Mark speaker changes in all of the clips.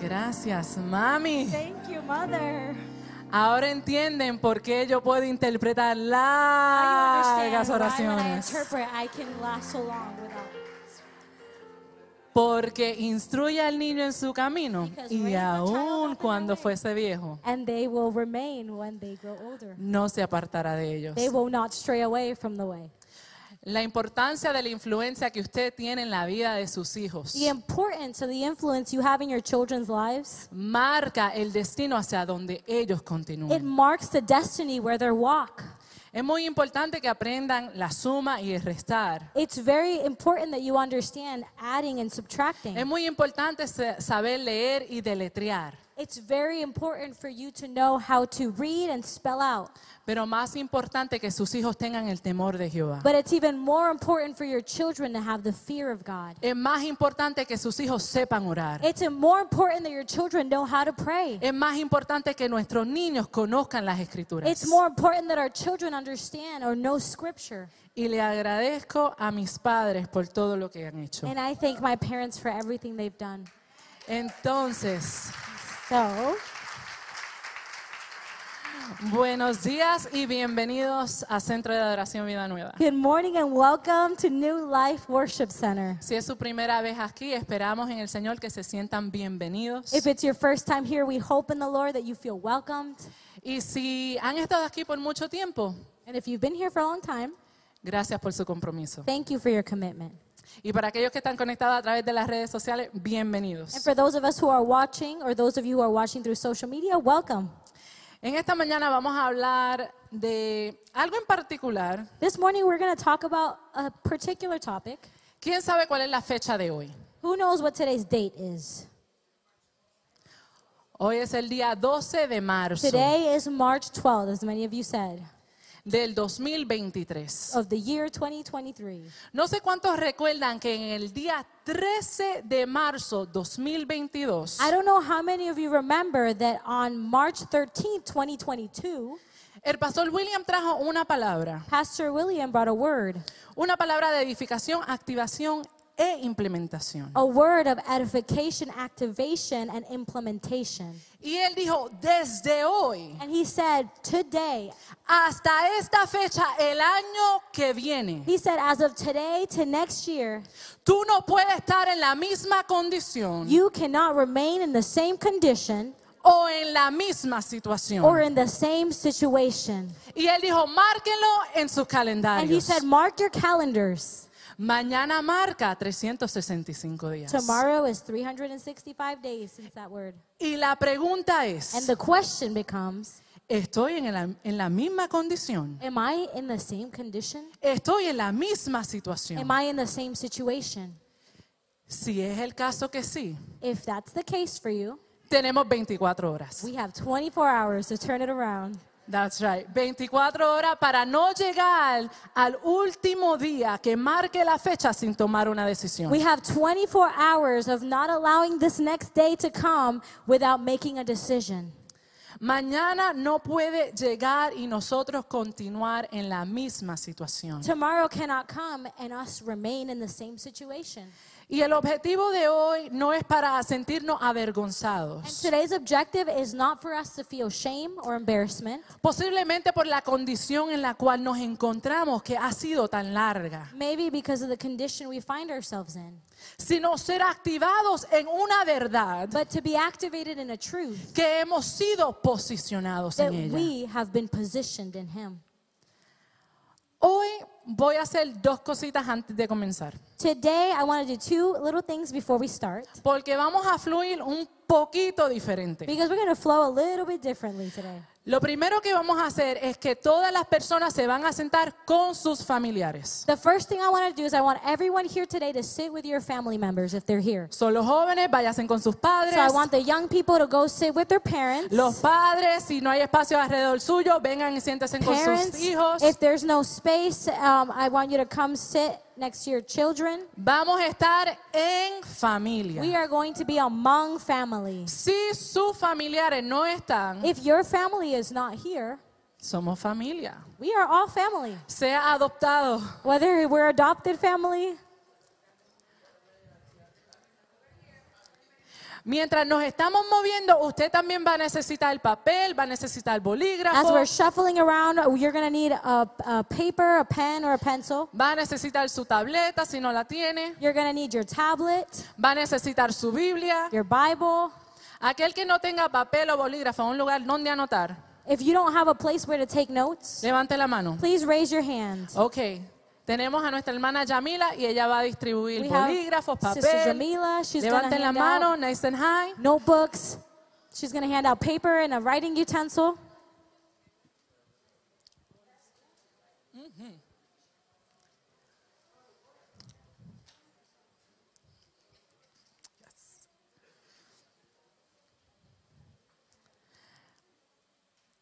Speaker 1: Gracias, mami.
Speaker 2: Thank you, mother.
Speaker 1: Ahora entienden por qué yo puedo interpretar
Speaker 2: Now you
Speaker 1: largas
Speaker 2: understand why when I
Speaker 1: oraciones.
Speaker 2: interpret, I can last so long without.
Speaker 1: Porque instruye al niño en su camino
Speaker 2: Because raise
Speaker 1: y
Speaker 2: the child up in
Speaker 1: aún
Speaker 2: the
Speaker 1: cuando
Speaker 2: way.
Speaker 1: fuese viejo,
Speaker 2: And they will remain when they grow older.
Speaker 1: no se apartará de ellos.
Speaker 2: They will not stray away from the way.
Speaker 1: La importancia de la influencia que usted tiene en la vida de sus hijos
Speaker 2: The importance of the influence you have in your children's lives,
Speaker 1: marca el destino hacia donde ellos
Speaker 2: it
Speaker 1: continúan.
Speaker 2: marks the destiny where they walk.
Speaker 1: Es muy importante que aprendan la suma y el restar.
Speaker 2: It's very important that you understand adding and
Speaker 1: Es
Speaker 2: subtracting.
Speaker 1: muy importante sa- saber leer y deletrear.
Speaker 2: It's very important for you to know how to read and spell out.
Speaker 1: Pero más importante que sus hijos tengan el temor de Jehová.
Speaker 2: But it's even more important for your children to have the fear of God.
Speaker 1: Es más importante que sus hijos sepan orar.
Speaker 2: It's uh, more important that your children know how to pray.
Speaker 1: Es más importante que nuestros niños conozcan las escrituras.
Speaker 2: It's more important that our children understand or know scripture.
Speaker 1: Y le agradezco a mis padres por todo lo que han hecho.
Speaker 2: And I thank my parents for everything they've done.
Speaker 1: Entonces,
Speaker 2: So,
Speaker 1: buenos días y bienvenidos a Centro de Adoración Vida Nueva.
Speaker 2: good morning and welcome to New Life Worship Center.
Speaker 1: Si es su primera vez aquí, esperamos en el Señor que se sientan bienvenidos.
Speaker 2: If it's your first time here, we hope in the Lord that you feel welcomed.
Speaker 1: Y si han estado aquí por mucho tiempo,
Speaker 2: And if you've been here for a long time,
Speaker 1: gracias por su compromiso.
Speaker 2: thank you for your commitment.
Speaker 1: Y para aquellos que están conectados a través de las redes sociales,
Speaker 2: And
Speaker 1: bienvenidos.
Speaker 2: for those of us who are watching or those of you who are watching through social media, welcome.
Speaker 1: En esta mañana vamos a hablar de algo en particular.
Speaker 2: This morning we're going to talk about a particular topic.
Speaker 1: ¿Quién sabe cuál es la fecha de hoy?
Speaker 2: Who knows what today's date is?
Speaker 1: Hoy es el día 12 de marzo
Speaker 2: Today is March 12th, as many of you said,
Speaker 1: del 2023.
Speaker 2: of the year 2023.
Speaker 1: No sé cuántos recuerdan que en el día 13 de marzo 2022,
Speaker 2: I don't know how many of you remember that on March 13th, 2022,
Speaker 1: el pastor William trajo una palabra,
Speaker 2: Pastor William brought a word,
Speaker 1: una palabra de edificación, activación e implementación.
Speaker 2: a word of edification, activation, and implementation.
Speaker 1: Y él dijo, desde hoy
Speaker 2: And he said, today,
Speaker 1: hasta esta fecha, el año que viene,
Speaker 2: he said, as of today to next year,
Speaker 1: tú no puedes estar en la misma condición
Speaker 2: you cannot remain in the same condition
Speaker 1: o en la misma situación.
Speaker 2: or in the same situation.
Speaker 1: Y él dijo, márquenlo en sus
Speaker 2: And he
Speaker 1: calendarios.
Speaker 2: said, mark your calendars.
Speaker 1: Mañana marca 365 días.
Speaker 2: Tomorrow is 365 days since that word.
Speaker 1: Y la pregunta
Speaker 2: And
Speaker 1: es,
Speaker 2: the question becomes,
Speaker 1: ¿estoy en la, en la misma condición?
Speaker 2: am I in the same condition?
Speaker 1: ¿Estoy en la misma
Speaker 2: Am
Speaker 1: situación?
Speaker 2: I in the same situation?
Speaker 1: Si es el caso que sí,
Speaker 2: If that's the case for you,
Speaker 1: tenemos 24 horas.
Speaker 2: we have 24 hours to turn it around.
Speaker 1: That's right. 24 horas para no llegar al último día que marque la fecha sin tomar una decisión.
Speaker 2: We have 24 hours of not allowing this next day to come without making a decision.
Speaker 1: Mañana no puede llegar y nosotros continuar en la misma situación.
Speaker 2: Tomorrow cannot come and us remain in the same situation.
Speaker 1: Y el objetivo de hoy no es para sentirnos
Speaker 2: And
Speaker 1: avergonzados,
Speaker 2: today's objective is not for us to feel shame or embarrassment,
Speaker 1: posiblemente por la condición en la cual nos encontramos que ha sido tan larga,
Speaker 2: maybe because of the condition we find ourselves in,
Speaker 1: sino ser activados en una verdad
Speaker 2: but to be activated in a truth
Speaker 1: que hemos sido posicionados
Speaker 2: that
Speaker 1: en ella.
Speaker 2: we have been positioned in Him.
Speaker 1: Hoy voy a hacer dos cositas antes de comenzar,
Speaker 2: Today, I want to do two little things before we start
Speaker 1: porque vamos a fluir un poquito diferente.
Speaker 2: because we're going to flow a little bit differently today.
Speaker 1: Lo primero que vamos a hacer es que todas las personas se van a sentar con sus familiares.
Speaker 2: The first thing I want to do is I want everyone here today to sit with your family members if they're here.
Speaker 1: Son los jóvenes, váyanse con sus
Speaker 2: So I
Speaker 1: padres,
Speaker 2: want the young people to go sit with their parents.
Speaker 1: Los padres, si no hay espacio alrededor suyo, vengan y siéntense con sus
Speaker 2: parents,
Speaker 1: hijos.
Speaker 2: if there's no space, um, I want you to come sit next to your children.
Speaker 1: Vamos a estar en familia.
Speaker 2: We are going to be among family.
Speaker 1: Si sus familiares no están,
Speaker 2: If your family is not here,
Speaker 1: somos familia.
Speaker 2: we are all family.
Speaker 1: Sea adoptado.
Speaker 2: Whether we're adopted family,
Speaker 1: Mientras nos estamos moviendo, usted también va a necesitar el papel, va a necesitar el
Speaker 2: As
Speaker 1: bolígrafo,
Speaker 2: we're shuffling around, you're going to need a, a paper, a pen, or a pencil.
Speaker 1: va a necesitar su tableta si no la tiene,
Speaker 2: You're going to need your tablet,
Speaker 1: va a necesitar su Biblia.
Speaker 2: your Bible.
Speaker 1: Aquel que no tenga papel o bolígrafo, un lugar donde anotar,
Speaker 2: If you don't have a place where to take notes,
Speaker 1: levante la mano.
Speaker 2: please raise your hand.
Speaker 1: Ok, tenemos a nuestra hermana Yamila y ella va a distribuir
Speaker 2: We have
Speaker 1: bolígrafos,
Speaker 2: Sister
Speaker 1: papel.
Speaker 2: Jamila. She's going to
Speaker 1: Levanten la
Speaker 2: hand
Speaker 1: mano,
Speaker 2: out
Speaker 1: nice and high.
Speaker 2: notebooks. She's going to hand out paper and a writing utensil.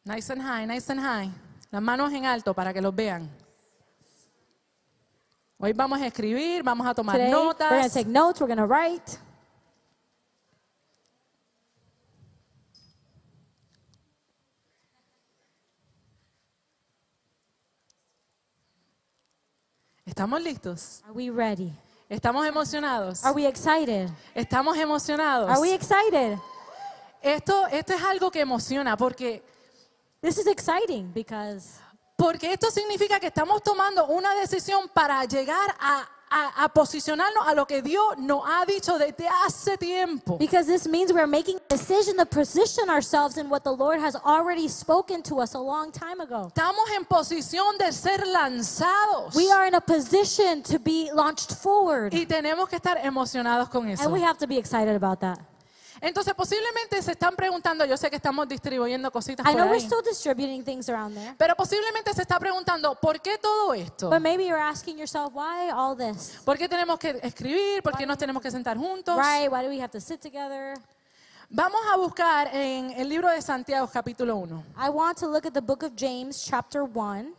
Speaker 1: Nice and high, nice and high. Las manos en alto para que los vean. Hoy vamos a escribir, vamos a tomar
Speaker 2: Today, we're going to
Speaker 1: notas.
Speaker 2: take notes. We're going to write.
Speaker 1: Estamos listos.
Speaker 2: Are we ready?
Speaker 1: Estamos emocionados.
Speaker 2: Are we excited?
Speaker 1: Estamos emocionados.
Speaker 2: Are we excited?
Speaker 1: Esto, esto es algo que emociona porque,
Speaker 2: This is exciting because
Speaker 1: porque esto significa que estamos tomando una decisión para llegar a, a- a posicionarnos a lo que Dios nos ha dicho desde hace tiempo.
Speaker 2: because this means we're making a decision to position ourselves in what the Lord has already spoken to us a long time ago.
Speaker 1: Estamos en posición de ser lanzados
Speaker 2: We are in a position to be launched forward,
Speaker 1: y tenemos que estar emocionados con eso.
Speaker 2: and we have to be excited about that.
Speaker 1: Entonces posiblemente se están preguntando, yo sé que estamos distribuyendo cositas
Speaker 2: I
Speaker 1: por
Speaker 2: know we're
Speaker 1: ahí,
Speaker 2: still distributing things around there,
Speaker 1: pero posiblemente se está preguntando, ¿por qué todo esto?
Speaker 2: but maybe you're asking yourself, why all this?
Speaker 1: ¿Por qué tenemos que escribir? ¿Por qué nos tenemos que sentar juntos?
Speaker 2: Right? Why do we have to sit together?
Speaker 1: Vamos a buscar en el libro de Santiago capítulo 1.
Speaker 2: I want to look at the book of James, chapter 1.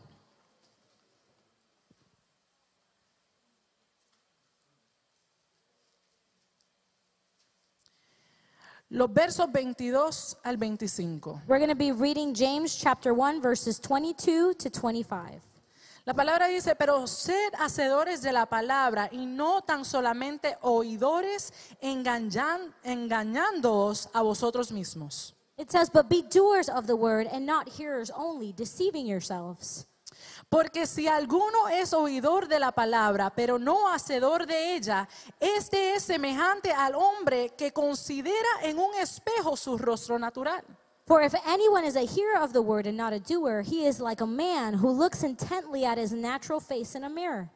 Speaker 1: Los versos 22 al 25.
Speaker 2: We're going to be reading James, chapter 1, verses 22 to 25.
Speaker 1: La palabra dice, pero sed hacedores de la palabra y no tan solamente oidores engañan- engañándoos a vosotros mismos.
Speaker 2: It says, But be doers of the word and not hearers only, deceiving yourselves.
Speaker 1: Porque si alguno es oidor de la palabra, pero no hacedor de ella, este es semejante al hombre que considera en un espejo su rostro natural.
Speaker 2: For if anyone is a hearer of the word and not a doer, he is like a man who looks intently at his natural face in a mirror.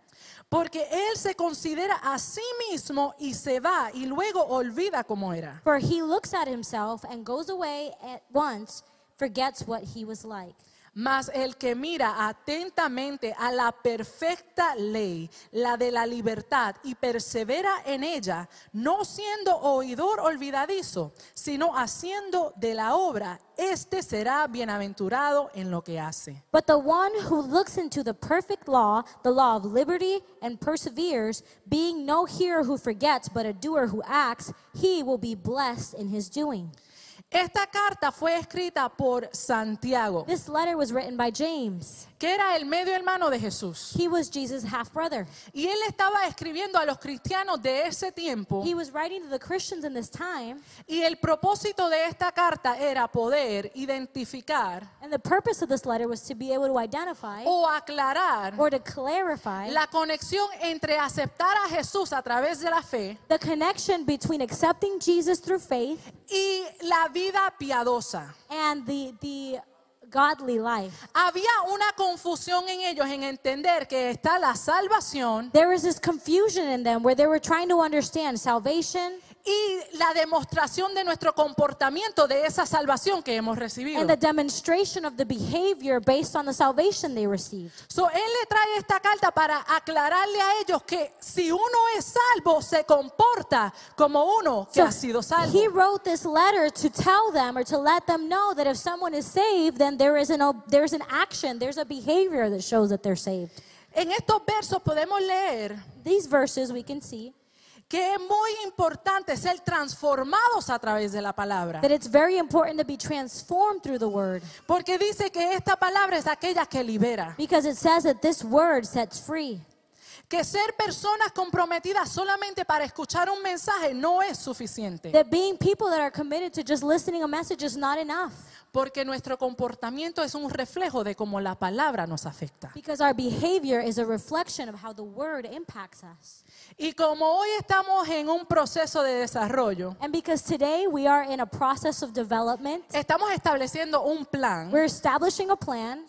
Speaker 1: Porque él se considera a sí mismo y se va y luego olvida cómo era.
Speaker 2: For he looks at himself and goes away at once, forgets what he was like.
Speaker 1: Mas el que mira atentamente a la perfecta ley, la de la libertad, y persevera en ella, no siendo oidor olvidadizo, sino haciendo de la obra, este será bienaventurado en lo que hace.
Speaker 2: But the one who looks into the perfect law, the law of liberty, and perseveres, being no hearer who forgets, but a doer who acts, he will be blessed in his doing.
Speaker 1: Esta carta fue escrita por Santiago,
Speaker 2: This letter was written by James.
Speaker 1: que era el medio hermano de Jesús.
Speaker 2: He was Jesus' half brother.
Speaker 1: Y él estaba escribiendo a los cristianos de ese tiempo.
Speaker 2: He was writing to the Christians in this time,
Speaker 1: Y el propósito de esta carta era poder identificar
Speaker 2: and the purpose of this letter was to be able to identify
Speaker 1: o aclarar
Speaker 2: or to clarify
Speaker 1: la conexión entre aceptar a Jesús a través de la fe
Speaker 2: the connection between accepting Jesus through faith
Speaker 1: y la vida piadosa.
Speaker 2: and the, the godly life.
Speaker 1: Había una confusión en ellos en entender que está la salvación
Speaker 2: There was this confusion in them where they were trying to understand salvation
Speaker 1: y la demostración de nuestro comportamiento de esa salvación que hemos recibido.
Speaker 2: and the demonstration of the behavior based on the salvation they received.
Speaker 1: So, él le trae esta carta para aclararle a ellos que si uno es salvo, se comporta como uno que ha sido salvo.
Speaker 2: he wrote this letter to tell them or to let them know that if someone is saved, then there is an, ob- there's an action, there's a behavior that shows that they're saved.
Speaker 1: En estos versos podemos leer
Speaker 2: These verses we can see
Speaker 1: que es muy importante ser transformados a través de la palabra.
Speaker 2: that it's very important to be transformed through the word
Speaker 1: Porque dice que esta palabra es aquella que libera,
Speaker 2: because it says that this word sets free.
Speaker 1: Que ser personas comprometidas solamente para escuchar un mensaje no es suficiente.
Speaker 2: That being people that are committed to just listening a message is not enough
Speaker 1: Porque nuestro comportamiento es un reflejo de cómo la palabra nos afecta.
Speaker 2: because our behavior is a reflection of how the word impacts us.
Speaker 1: Y como hoy estamos en un proceso de desarrollo,
Speaker 2: And because today we are in a process of development,
Speaker 1: estamos estableciendo un plan.
Speaker 2: we're establishing a plan.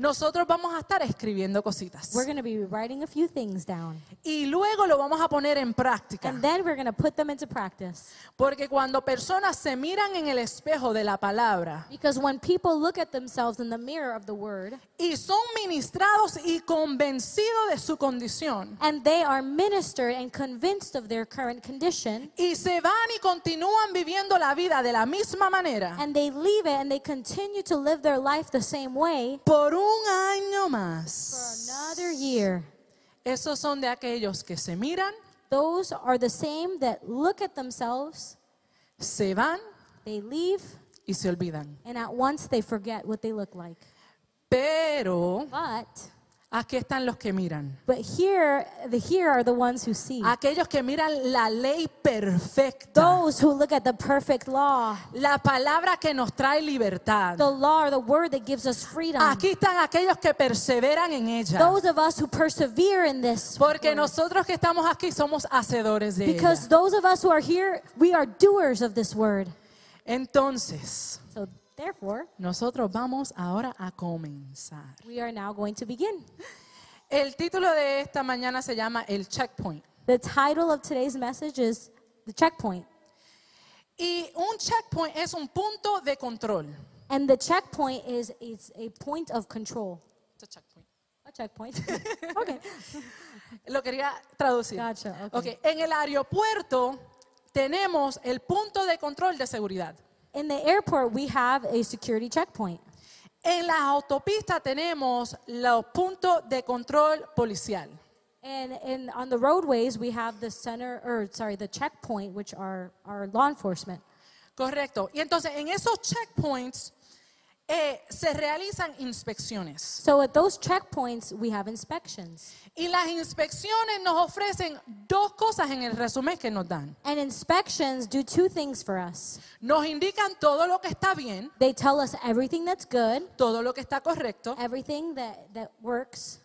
Speaker 1: Nosotros vamos a estar escribiendo cositas.
Speaker 2: We're going to be writing a few things down.
Speaker 1: Y luego lo vamos a poner en práctica.
Speaker 2: And then we're going to put them into practice.
Speaker 1: Porque cuando personas se miran en el espejo de la palabra
Speaker 2: Because when people look at themselves in the mirror of the word
Speaker 1: y son ministrados y convencidos de su condición
Speaker 2: and they are ministered and convinced of their current condition,
Speaker 1: y se van y continúan viviendo la vida de la misma manera
Speaker 2: and they leave it and they continue to live their life the same way
Speaker 1: por un año
Speaker 2: for
Speaker 1: más,
Speaker 2: another year,
Speaker 1: esos son de aquellos que se miran,
Speaker 2: those are the same that look at themselves,
Speaker 1: se van
Speaker 2: they leave,
Speaker 1: y se olvidan.
Speaker 2: and at once they forget what they look like.
Speaker 1: Pero
Speaker 2: But
Speaker 1: aquí están los que miran.
Speaker 2: but here the here are the ones who see.
Speaker 1: Aquellos que miran la ley perfecta,
Speaker 2: Those who look at the perfect law,
Speaker 1: la palabra que nos trae libertad.
Speaker 2: the law or the word that gives us freedom.
Speaker 1: Aquí están aquellos que perseveran en ella.
Speaker 2: Those of us who persevere in this
Speaker 1: Porque nosotros que estamos aquí somos hacedores de ella.
Speaker 2: because those of us who are here, we are doers of this word.
Speaker 1: Entonces,
Speaker 2: So therefore,
Speaker 1: nosotros vamos ahora a comenzar.
Speaker 2: we are now going to begin.
Speaker 1: El título de esta mañana se llama El Checkpoint.
Speaker 2: The title of today's message is The Checkpoint.
Speaker 1: Y un checkpoint es un punto de control.
Speaker 2: And the checkpoint is it's a point of control.
Speaker 1: It's a Este checkpoint.
Speaker 2: A checkpoint. okay.
Speaker 1: Lo quería traducir.
Speaker 2: Gotcha,
Speaker 1: Ok,
Speaker 2: ok.
Speaker 1: En el aeropuerto tenemos el punto de control de seguridad.
Speaker 2: In the airport, we have a security checkpoint.
Speaker 1: En las autopistas tenemos los puntos de control policial.
Speaker 2: And, and on the roadways, we have the center, or sorry, the checkpoint, which are our law enforcement.
Speaker 1: Correcto. Y entonces en esos checkpoints eh, se realizan inspecciones.
Speaker 2: So at those checkpoints, we have inspections.
Speaker 1: Y las inspecciones nos ofrecen dos cosas en el resumen que nos dan.
Speaker 2: And inspections do two things for us.
Speaker 1: Nos indican todo lo que está bien,
Speaker 2: They tell us everything that's good,
Speaker 1: todo lo que está correcto
Speaker 2: everything that, that works,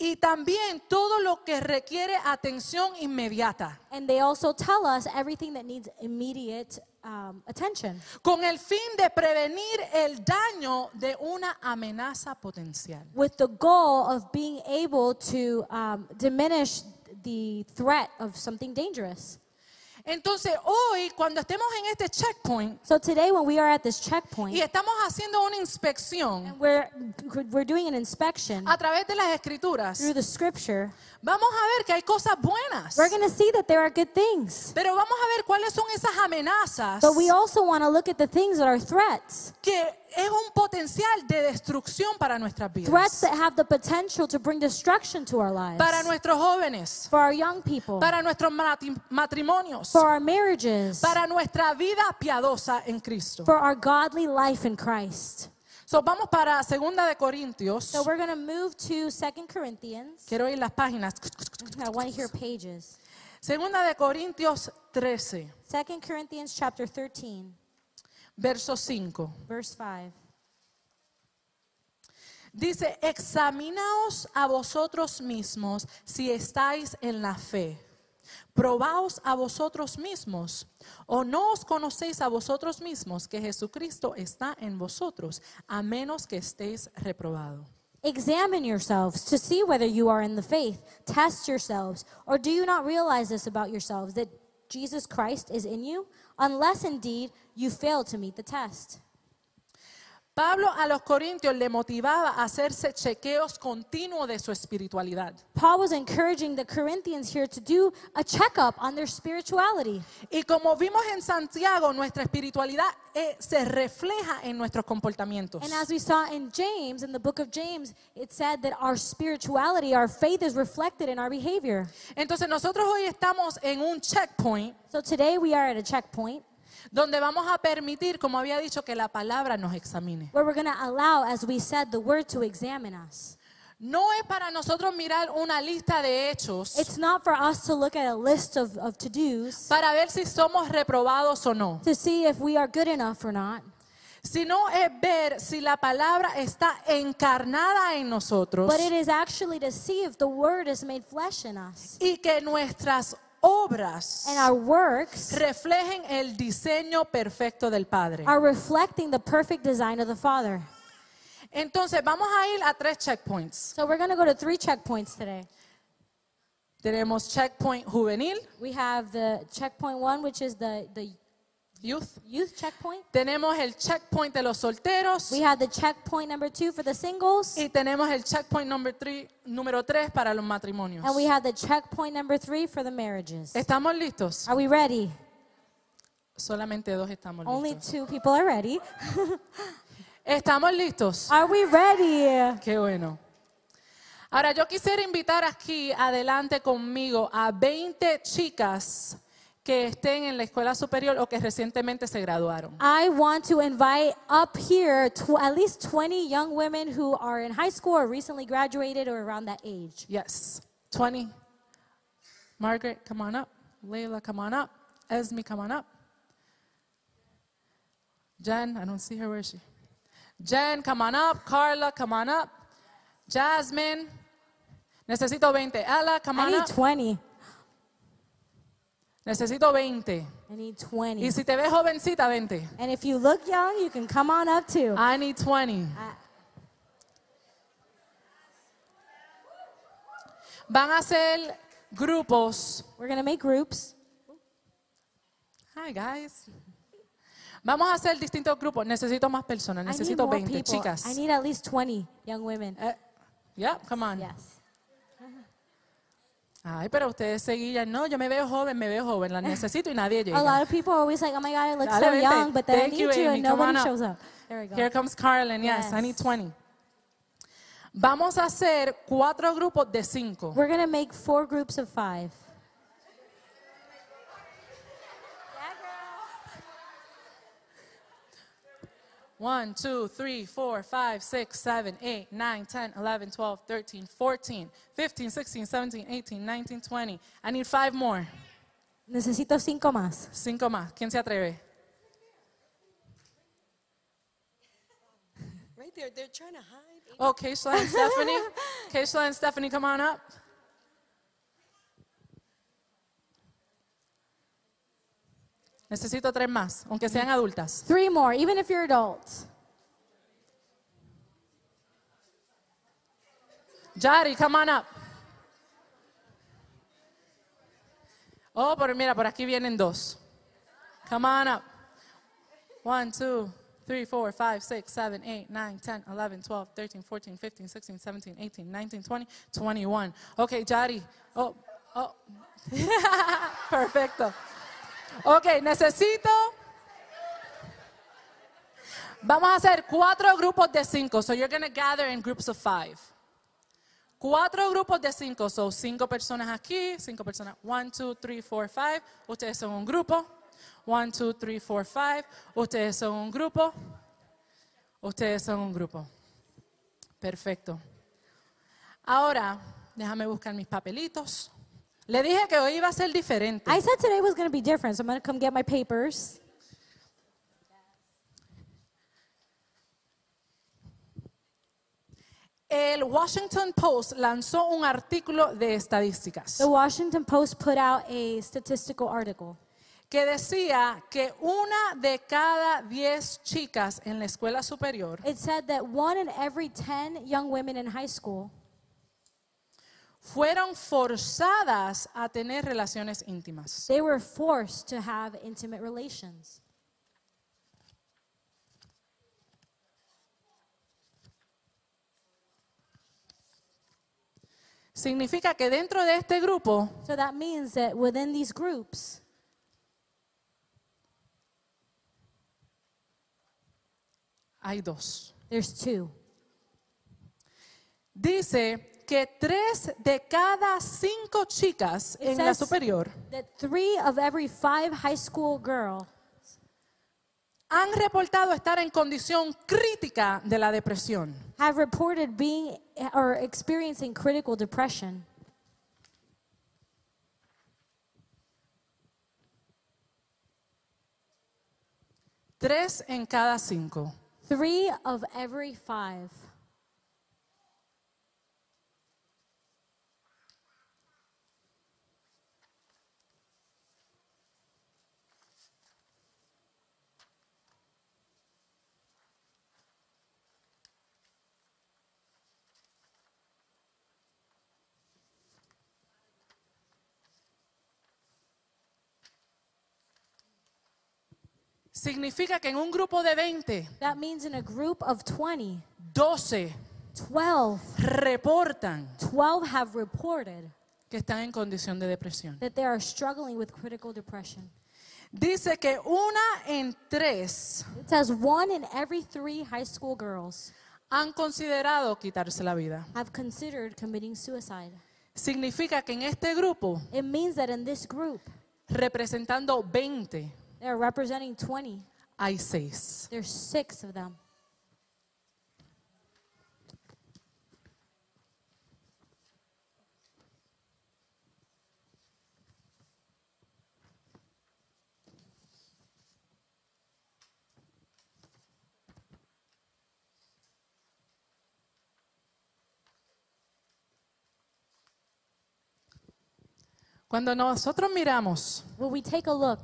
Speaker 1: y también todo lo que requiere atención inmediata
Speaker 2: and they also tell us everything that needs immediate um, attention
Speaker 1: con el fin de prevenir el daño de una amenaza potencial.
Speaker 2: with the goal of being able to um, diminish the threat of something dangerous.
Speaker 1: Entonces hoy cuando estemos en este checkpoint
Speaker 2: So today, when we are at this checkpoint,
Speaker 1: y estamos haciendo una inspección
Speaker 2: and we're, we're doing an inspection
Speaker 1: a través de las escrituras,
Speaker 2: through the scripture,
Speaker 1: vamos a ver que hay cosas buenas,
Speaker 2: we're going to see that there are good things.
Speaker 1: pero vamos a ver cuáles son esas amenazas
Speaker 2: But we also want to look at the things that are threats.
Speaker 1: que es un potencial de destrucción para nuestras
Speaker 2: threats
Speaker 1: vidas,
Speaker 2: that have the potential to bring destruction to our lives
Speaker 1: para nuestros jóvenes,
Speaker 2: for our young people
Speaker 1: para nuestros mati- matrimonios,
Speaker 2: for our marriages
Speaker 1: para nuestra vida piadosa en Cristo.
Speaker 2: for our godly life in christ
Speaker 1: So, vamos para segunda de Corintios.
Speaker 2: so we're going to move to 2 corinthians
Speaker 1: Quiero ir las páginas.
Speaker 2: i want to hear pages
Speaker 1: Segunda de Corintios 13,
Speaker 2: 2 corinthians chapter 13
Speaker 1: verso 5.
Speaker 2: verse 5
Speaker 1: Dice, examinaos a vosotros mismos si estáis en la fe. Probaos a vosotros mismos. ¿O no os conocéis a vosotros mismos que Jesucristo está en vosotros, a menos que estéis reprobado?
Speaker 2: Examine yourselves to see whether you are in the faith. Test yourselves. Or do you not realize this about yourselves, that Jesus Christ is in you? Unless indeed you fail to meet the test.
Speaker 1: Pablo a los corintios le motivaba a hacerse chequeos continuos de su espiritualidad.
Speaker 2: Paul was encouraging the Corinthians here to do a checkup on their spirituality.
Speaker 1: Y como vimos en Santiago, nuestra espiritualidad eh, se refleja en nuestros comportamientos.
Speaker 2: And as we saw in James, in the book of James, it said that our spirituality, our faith is reflected in our behavior.
Speaker 1: Entonces nosotros hoy estamos en un checkpoint
Speaker 2: So today we are at a checkpoint
Speaker 1: donde vamos a permitir, como había dicho, que la palabra nos examine.
Speaker 2: where we're going to allow, as we said, the word to examine us.
Speaker 1: No es para nosotros mirar una lista de hechos
Speaker 2: It's not for us to look at a list of, of to dos
Speaker 1: para ver si somos reprobados o no,
Speaker 2: to see if we are good enough or not,
Speaker 1: sino es ver si la palabra está encarnada en nosotros
Speaker 2: but it is actually to see if the word is made flesh in us
Speaker 1: y que nuestras obras
Speaker 2: and our works
Speaker 1: reflejen el diseño perfecto del Padre.
Speaker 2: are reflecting the perfect design of the Father.
Speaker 1: Entonces vamos a ir a tres checkpoints.
Speaker 2: So we're going to go to three checkpoints today.
Speaker 1: Tenemos checkpoint juvenil,
Speaker 2: We have the checkpoint one, which is the, the
Speaker 1: youth.
Speaker 2: youth checkpoint.
Speaker 1: Tenemos el checkpoint de los solteros
Speaker 2: We have the checkpoint number two for the singles.
Speaker 1: y tenemos el checkpoint number three- número 3 para los matrimonios.
Speaker 2: And we have the checkpoint number three for the marriages.
Speaker 1: ¿Estamos listos?
Speaker 2: Are we ready?
Speaker 1: Solamente dos estamos
Speaker 2: Only
Speaker 1: listos.
Speaker 2: two people are ready.
Speaker 1: ¿Estamos listos?
Speaker 2: Are we ready?
Speaker 1: Qué bueno. Ahora yo quisiera invitar aquí adelante conmigo a 20 chicas que estén en la escuela superior o que recientemente se graduaron.
Speaker 2: I want to invite up here tw- at least 20 young women who are in high school or recently graduated or around that age.
Speaker 1: Yes. 20. Margaret, come on up. Layla, come on up. Esme, come on up. Jen, I don't see her. Where is she? Jen, come on up. Carla, come on up. Jasmine, necesito 20. Ella, come
Speaker 2: I
Speaker 1: on
Speaker 2: need
Speaker 1: up.
Speaker 2: 20.
Speaker 1: Necesito 20.
Speaker 2: I need
Speaker 1: Y
Speaker 2: 20.
Speaker 1: si te ves jovencita, 20.
Speaker 2: And if you look young, you can come on up too.
Speaker 1: I need 20.
Speaker 2: I-
Speaker 1: Van a ser grupos
Speaker 2: We're going to make groups.
Speaker 1: Hi guys. Vamos a hacer distintos grupos. Necesito más personas.
Speaker 2: I need
Speaker 1: Necesito
Speaker 2: more
Speaker 1: 20
Speaker 2: people.
Speaker 1: chicas.
Speaker 2: I need at least 20 young women.
Speaker 1: Eh, yeah, come on.
Speaker 2: Yes.
Speaker 1: Ay, pero ustedes seguían. No, yo me veo joven, me veo joven. La necesito y nadie
Speaker 2: A lot
Speaker 1: llega.
Speaker 2: of people are always like, oh my God, I look
Speaker 1: Dale,
Speaker 2: so
Speaker 1: vente.
Speaker 2: young, but then I
Speaker 1: Thank
Speaker 2: need
Speaker 1: you,
Speaker 2: you and
Speaker 1: Amy. Come
Speaker 2: nobody
Speaker 1: on up.
Speaker 2: shows up. There we go.
Speaker 1: Here comes Carolyn. Yes, I
Speaker 2: Yes.
Speaker 1: need 20. Vamos a hacer cuatro grupos de cinco.
Speaker 2: We're going to make four groups of five.
Speaker 1: One, two, three, four, five, six, seven, eight, nine, 10, 11, 12, 13, 14, 15, 16, 17, 18, 19, 20. I need five more.
Speaker 2: Necesito cinco más.
Speaker 1: Cinco más. ¿Quién se atreve?
Speaker 3: Right there, they're trying to hide.
Speaker 1: Oh, Keishla and Stephanie. Keishla and Stephanie, come on up. Necesito tres más, aunque sean adultas.
Speaker 2: Three more, even if you're adults.
Speaker 1: Yari, come on up. Oh, pero mira, por aquí vienen dos. Come on up. One, two, three, four, five, six, seven, eight, nine, 10, 11, 12, 13, 14, 15, 16, 17, 18, 19, 20, 21. Okay, Yari. Oh, oh. Perfecto. Ok, necesito. Vamos a hacer cuatro grupos de cinco. So you're going to gather in groups of five. Cuatro grupos de cinco. So cinco personas aquí, cinco personas. One, two, three, four, five. Ustedes son un grupo. One, two, three, four, five. Ustedes son un grupo. Ustedes son un grupo. Perfecto. Ahora, déjame buscar mis papelitos. Le dije que hoy iba a ser diferente.
Speaker 2: I said today was going to be different, so I'm going to come get my papers.
Speaker 1: El Washington Post lanzó un artículo de estadísticas
Speaker 2: The Washington Post put out a statistical article
Speaker 1: que decía que una de cada diez chicas en la escuela superior
Speaker 2: It said that one in every 10 young women in high school
Speaker 1: fueron forzadas a tener relaciones íntimas.
Speaker 2: they were forced to have intimate relations.
Speaker 1: Significa que dentro de este grupo
Speaker 2: So that means that within these groups,
Speaker 1: hay dos.
Speaker 2: there's two.
Speaker 1: Dice que tres de cada cinco chicas
Speaker 2: It
Speaker 1: en la
Speaker 2: says-
Speaker 1: superior
Speaker 2: That three of every five high school girl
Speaker 1: han reportado estar en condición crítica de la depresión.
Speaker 2: have reported being or experiencing critical depression.
Speaker 1: Tres en cada cinco.
Speaker 2: Three of every five.
Speaker 1: Significa que en un grupo de 20,
Speaker 2: That means in a group of 20,
Speaker 1: 12
Speaker 2: 12,
Speaker 1: reportan
Speaker 2: 12 have reported
Speaker 1: que están en condición de depresión.
Speaker 2: that they are struggling with critical depression.
Speaker 1: Dice que una en tres
Speaker 2: It says one in every three high school girls
Speaker 1: han considerado quitarse la vida.
Speaker 2: have considered committing suicide.
Speaker 1: Significa que en este grupo,
Speaker 2: It means that in this group,
Speaker 1: representando 20,
Speaker 2: they're representing 20.
Speaker 1: hay seis.
Speaker 2: There's six of them.
Speaker 1: Cuando nosotros miramos
Speaker 2: When we take a look,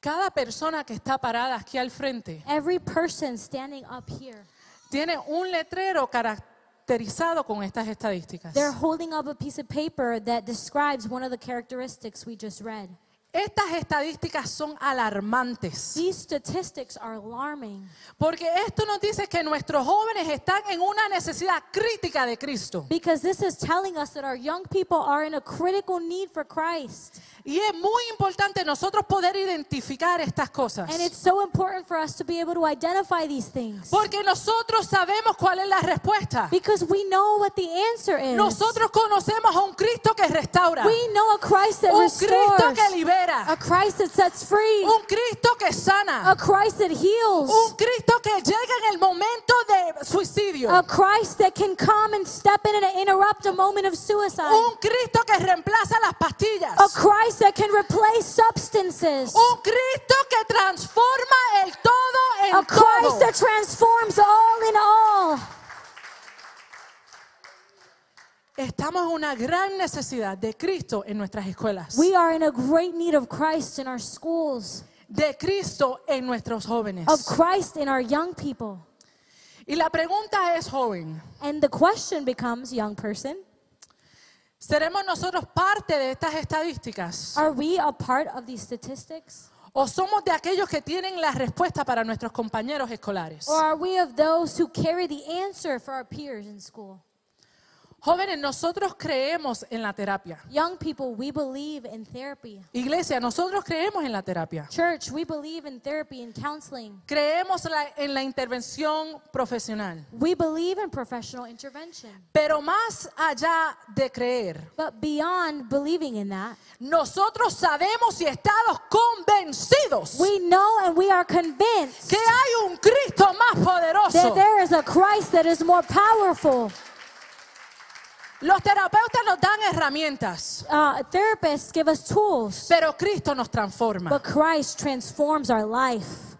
Speaker 1: Cada persona que está parada aquí al frente
Speaker 2: every person standing up here,
Speaker 1: tiene un letrero caracterizado con estas estadísticas.
Speaker 2: they're holding up a piece of paper that describes one of the characteristics we just read.
Speaker 1: Estas estadísticas son alarmantes
Speaker 2: These statistics are alarming
Speaker 1: porque esto nos dice que nuestros jóvenes están en una necesidad crítica de Cristo
Speaker 2: because this is telling us that our young people are in a critical need for Christ.
Speaker 1: y es muy importante nosotros poder identificar estas cosas
Speaker 2: And it's so important for us to be able to identify these things
Speaker 1: porque nosotros sabemos cuál es la respuesta.
Speaker 2: because we know what the answer is.
Speaker 1: Nosotros conocemos a un Cristo que restaura, un
Speaker 2: We know a Christ that
Speaker 1: Cristo que
Speaker 2: restores,
Speaker 1: libera,
Speaker 2: a Christ that sets free,
Speaker 1: un Cristo que sana.
Speaker 2: a Christ that
Speaker 1: Un
Speaker 2: heals,
Speaker 1: Cristo que llega en el momento de suicidio.
Speaker 2: a Christ that can come and step in and interrupt a moment of suicide,
Speaker 1: Un Cristo que reemplaza las
Speaker 2: a
Speaker 1: pastillas.
Speaker 2: Christ that can replace substances,
Speaker 1: Un Cristo que transforma el todo en
Speaker 2: a
Speaker 1: todo.
Speaker 2: Christ that transforms all in all.
Speaker 1: Estamos en una gran necesidad de Cristo en nuestras escuelas.
Speaker 2: We are in a great need of Christ in our schools,
Speaker 1: De Cristo en nuestros jóvenes.
Speaker 2: of Christ in our young people.
Speaker 1: Y la pregunta es, joven,
Speaker 2: And the question becomes, young person,
Speaker 1: ¿seremos nosotros parte de estas estadísticas?
Speaker 2: are we a part of these statistics?
Speaker 1: ¿O somos de aquellos que tienen la respuesta para nuestros compañeros escolares?
Speaker 2: Or are we of those who carry the answer for our peers in school?
Speaker 1: Jóvenes, nosotros creemos en la terapia.
Speaker 2: Young people, we believe in therapy.
Speaker 1: Iglesia, nosotros creemos en la terapia.
Speaker 2: Church, we believe in therapy and counseling.
Speaker 1: Creemos la- en la intervención profesional.
Speaker 2: We believe in professional intervention.
Speaker 1: Pero más allá de creer,
Speaker 2: But beyond believing in that,
Speaker 1: nosotros sabemos y estamos convencidos
Speaker 2: we know and we are convinced
Speaker 1: que hay un Cristo más
Speaker 2: that
Speaker 1: poderoso.
Speaker 2: there is a Christ that is more powerful.
Speaker 1: Los terapeutas nos dan herramientas,
Speaker 2: Uh, therapists give us tools,
Speaker 1: pero Cristo nos transforma.
Speaker 2: but Christ transforms our life.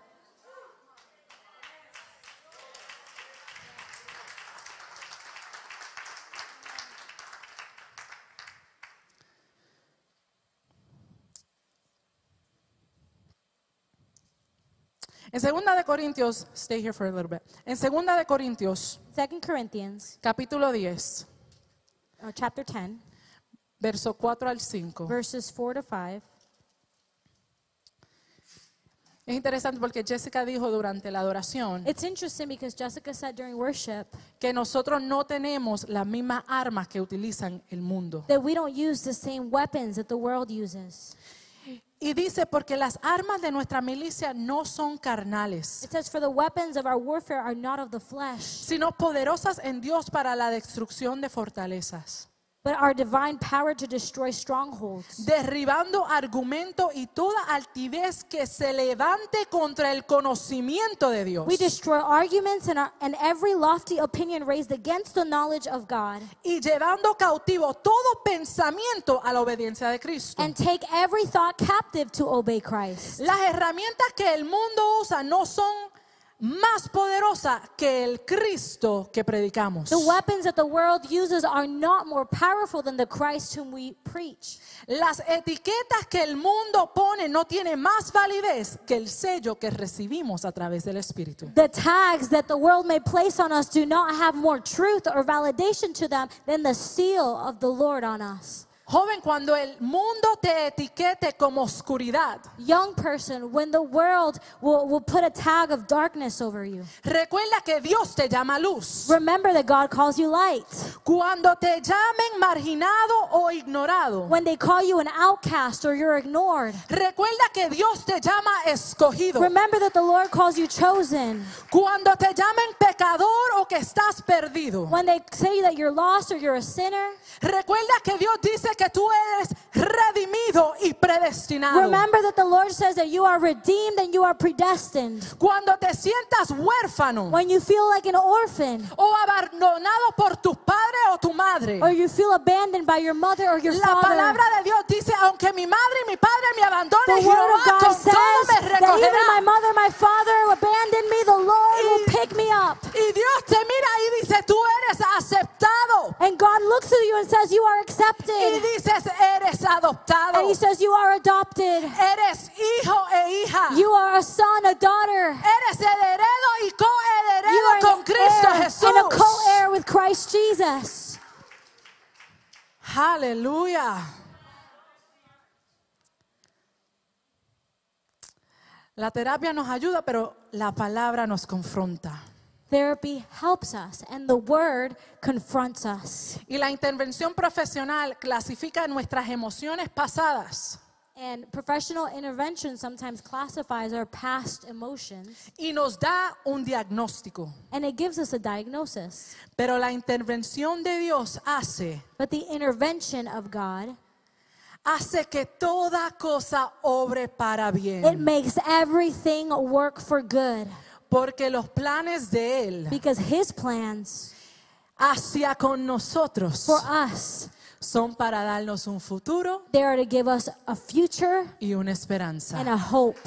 Speaker 1: En 2 de Corintios, stay here for a little bit. En 2 de Corintios,
Speaker 2: Second Corinthians,
Speaker 1: capítulo 10,
Speaker 2: or chapter 10,
Speaker 1: verso 4 al 5.
Speaker 2: verses 4 to 5.
Speaker 1: Es interesante porque Jessica dijo durante la adoración
Speaker 2: It's interesting because Jessica said during worship
Speaker 1: que nosotros no tenemos las mismas armas que utilizan el mundo.
Speaker 2: that we don't use the same weapons that the world uses.
Speaker 1: Y dice, porque las armas de nuestra milicia no son carnales,
Speaker 2: It says, For the weapons of our warfare are not of the flesh,
Speaker 1: sino poderosas en Dios para la destrucción de fortalezas.
Speaker 2: but our divine power to destroy strongholds,
Speaker 1: derribando argumentos y toda altivez que se levante contra el conocimiento de Dios
Speaker 2: we destroy arguments and, our, and every lofty opinion raised against the knowledge of God,
Speaker 1: y llevando cautivo todo pensamiento a la obediencia de Cristo.
Speaker 2: and take every thought captive to obey Christ.
Speaker 1: Las herramientas que el mundo usa no son más poderosas que el Cristo que predicamos.
Speaker 2: The weapons that the world uses are not more powerful than the Christ whom we preach.
Speaker 1: Las etiquetas que el mundo pone no tienen más validez que el sello que recibimos a través del Espíritu.
Speaker 2: The tags that the world may place on us do not have more truth or validation to them than the seal of the Lord on us.
Speaker 1: Joven, cuando el mundo te etiquete como oscuridad,
Speaker 2: Young person, when the world will, will put a tag of darkness over you,
Speaker 1: recuerda que Dios te llama luz.
Speaker 2: remember that God calls you light.
Speaker 1: Cuando te llamen marginado o ignorado,
Speaker 2: When they call you an outcast or you're ignored,
Speaker 1: recuerda que Dios te llama escogido.
Speaker 2: remember that the Lord calls you chosen.
Speaker 1: Cuando te llamen pecador o que estás perdido,
Speaker 2: When they say that you're lost or you're a sinner,
Speaker 1: recuerda que Dios dice que tú eres redimido y predestinado.
Speaker 2: remember that the Lord says that you are redeemed and you are predestined.
Speaker 1: Cuando te sientas huérfano
Speaker 2: When you feel like an orphan,
Speaker 1: o abandonado por tus padres o tu madre,
Speaker 2: or you feel abandoned by your mother or your
Speaker 1: la
Speaker 2: father.
Speaker 1: palabra de Dios dice, aunque mi madre y mi padre me abandonen,
Speaker 2: The word
Speaker 1: Jehová
Speaker 2: of God
Speaker 1: con
Speaker 2: says
Speaker 1: todo me
Speaker 2: that even my
Speaker 1: recogerá.
Speaker 2: mother, my father abandoned me, the Lord will
Speaker 1: Y-
Speaker 2: pick me up.
Speaker 1: Y Dios te mira y dice, tú eres aceptado.
Speaker 2: And God looks at you and says, You are
Speaker 1: Y
Speaker 2: accepted.
Speaker 1: dices, eres adoptado.
Speaker 2: And He says, You are adopted.
Speaker 1: Eres hijo e hija.
Speaker 2: You are a son, a daughter.
Speaker 1: Eres heredero y
Speaker 2: You
Speaker 1: coheredero
Speaker 2: are
Speaker 1: con
Speaker 2: an
Speaker 1: Cristo
Speaker 2: heir
Speaker 1: Jesús.
Speaker 2: and a co heir with Christ Jesus.
Speaker 1: Aleluya. La terapia nos ayuda, pero la palabra nos confronta.
Speaker 2: Therapy helps us, and the word confronts us.
Speaker 1: Y la intervención profesional clasifica nuestras emociones pasadas
Speaker 2: And professional intervention sometimes classifies our past emotions
Speaker 1: y nos da un diagnóstico.
Speaker 2: and it gives us a diagnosis.
Speaker 1: Pero la intervención de Dios hace
Speaker 2: But the intervention of God,
Speaker 1: hace que toda cosa obre para
Speaker 2: it
Speaker 1: bien,
Speaker 2: makes everything work for good
Speaker 1: porque los planes de él
Speaker 2: because his plans
Speaker 1: hacia con nosotros
Speaker 2: for us,
Speaker 1: son para darnos un futuro
Speaker 2: they are to give us a future
Speaker 1: y una esperanza.
Speaker 2: and a hope.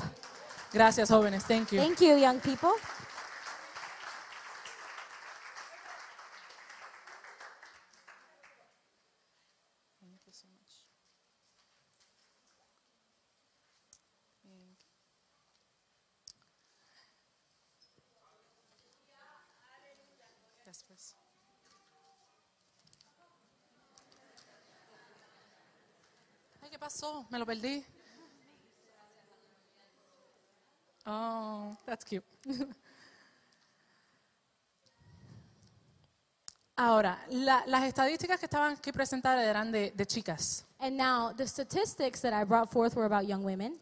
Speaker 1: Gracias, jóvenes. Thank you.
Speaker 2: Thank you, young people.
Speaker 3: Yes, please.
Speaker 1: Ay, ¿qué pasó? Me lo perdí. Oh, that's cute. Ahora, la- las estadísticas que estaban aquí presentadas eran de- de chicas.
Speaker 2: And now, the statistics that I brought forth were about young women.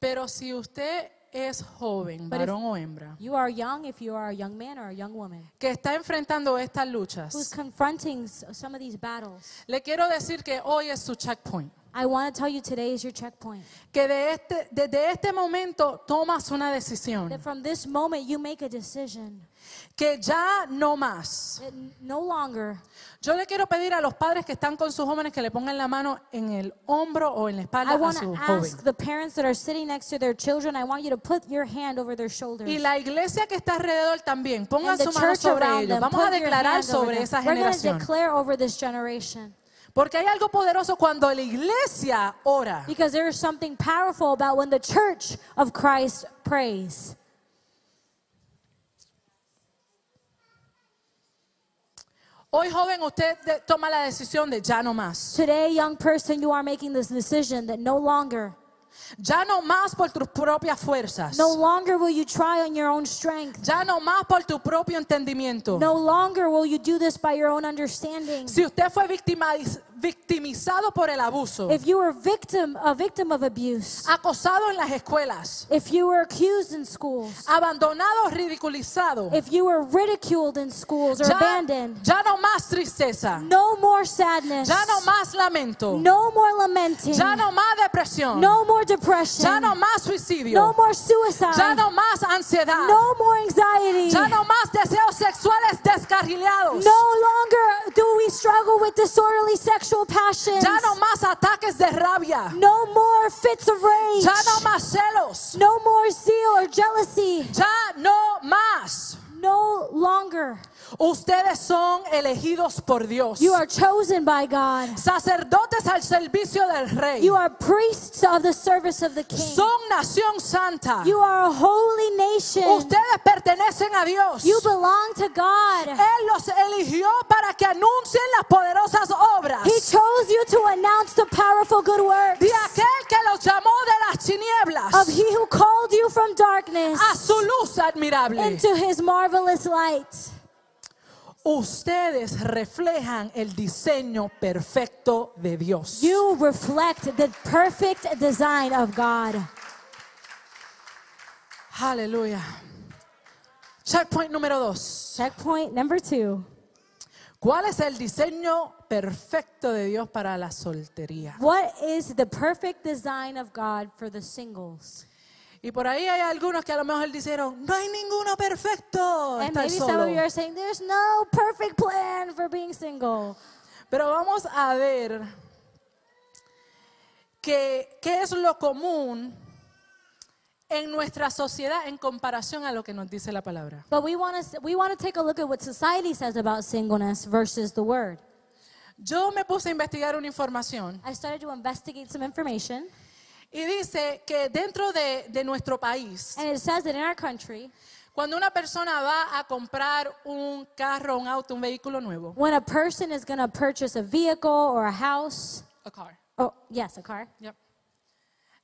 Speaker 1: Pero si usted es joven,
Speaker 2: But if-
Speaker 1: varón o hembra,
Speaker 2: You are young if you are a young man or a young woman
Speaker 1: que está enfrentando estas
Speaker 2: who's
Speaker 1: luchas,
Speaker 2: confronting s- some of these battles.
Speaker 1: le quiero decir que hoy es su checkpoint.
Speaker 2: I want to tell you today is your checkpoint.
Speaker 1: Que de este, desde este momento tomas una decisión.
Speaker 2: That from this moment, you make a decision.
Speaker 1: Que ya no más.
Speaker 2: That n- no longer
Speaker 1: Yo le quiero pedir a los padres que están con sus jóvenes que le pongan la mano en el hombro o en la
Speaker 2: I
Speaker 1: espalda a
Speaker 2: want
Speaker 1: su
Speaker 2: to
Speaker 1: joven.
Speaker 2: ask the parents that are sitting next to their children, I want you to put your hand over their shoulders.
Speaker 1: Y la iglesia que está alrededor también, pongan
Speaker 2: And
Speaker 1: su
Speaker 2: the
Speaker 1: mano
Speaker 2: church
Speaker 1: sobre
Speaker 2: around
Speaker 1: ellos.
Speaker 2: them,
Speaker 1: Vamos a
Speaker 2: put your
Speaker 1: declarar
Speaker 2: hand over
Speaker 1: sobre
Speaker 2: them.
Speaker 1: esa
Speaker 2: We're going to
Speaker 1: generación.
Speaker 2: declare over this generation.
Speaker 1: Porque hay algo poderoso cuando la iglesia ora.
Speaker 2: Because there is something powerful about when the church of Christ prays.
Speaker 1: Hoy, joven, usted de- toma la decisión de ya no más.
Speaker 2: Today, young person, you are making this decision that no longer,
Speaker 1: Ya no más por tus propias fuerzas.
Speaker 2: no longer will you try on your own strength.
Speaker 1: Ya no más por tu propio entendimiento.
Speaker 2: No longer will you do this by your own understanding.
Speaker 1: Si usted fue victimiz- victimizado por el abuso,
Speaker 2: if you were victim a victim of abuse,
Speaker 1: acosado en las escuelas,
Speaker 2: if you were accused in schools,
Speaker 1: abandonado, ridiculizado,
Speaker 2: if you were ridiculed in schools or
Speaker 1: ya,
Speaker 2: abandoned,
Speaker 1: ya no más tristeza,
Speaker 2: no more sadness,
Speaker 1: ya no más lamento,
Speaker 2: no more lamenting,
Speaker 1: ya no más depresión,
Speaker 2: no more depression,
Speaker 1: ya no más
Speaker 2: no
Speaker 1: suicidio,
Speaker 2: more suicide,
Speaker 1: ya no más ansiedad,
Speaker 2: no more anxiety.
Speaker 1: ya no más deseos sexuales descarrilados,
Speaker 2: No longer do we struggle with disorderly sexual passions.
Speaker 1: ya no más ataques de rabia,
Speaker 2: No more fits of rage.
Speaker 1: ya no más celos,
Speaker 2: No more zeal or jealousy.
Speaker 1: ya no más.
Speaker 2: No longer.
Speaker 1: Ustedes son elegidos por Dios.
Speaker 2: You are chosen by God.
Speaker 1: sacerdotes al servicio del rey.
Speaker 2: You are priests of the service of the King.
Speaker 1: Son nación santa.
Speaker 2: You are a holy nation.
Speaker 1: Ustedes pertenecen a Dios.
Speaker 2: You belong to God.
Speaker 1: Él los eligió para que anuncien las poderosas obras
Speaker 2: He chose you to announce the powerful good
Speaker 1: de
Speaker 2: works
Speaker 1: aquel que los llamó de las
Speaker 2: of
Speaker 1: tinieblas
Speaker 2: He who called you from darkness
Speaker 1: a su luz admirable.
Speaker 2: into His marvelous light.
Speaker 1: Ustedes reflejan el diseño perfecto de Dios.
Speaker 2: You reflect the perfect design of God.
Speaker 1: Aleluya. Checkpoint número dos.
Speaker 2: Checkpoint number two.
Speaker 1: ¿Cuál es el diseño perfecto de Dios para la soltería?
Speaker 2: What is the perfect design of God for the singles?
Speaker 1: Y por ahí hay algunos que a lo mejor dijeron, no hay ninguno perfecto.
Speaker 2: And
Speaker 1: estar
Speaker 2: maybe some of you
Speaker 1: Oh, solo".
Speaker 2: are saying there's no perfect plan for being single.
Speaker 1: Pero vamos a ver que- qué es lo común en nuestra sociedad en comparación a lo que nos dice la palabra.
Speaker 2: But we want to we want to take a look at what society says about singleness versus the word.
Speaker 1: Yo me puse a investigar una información
Speaker 2: I started to investigate some information,
Speaker 1: y dice que dentro de, de nuestro país,
Speaker 2: and it says that in our country,
Speaker 1: cuando una persona va a comprar un carro, un auto, un vehículo nuevo,
Speaker 2: when a person is going to purchase a vehicle or a house,
Speaker 1: a car,
Speaker 2: oh yes, a car,
Speaker 1: Yep.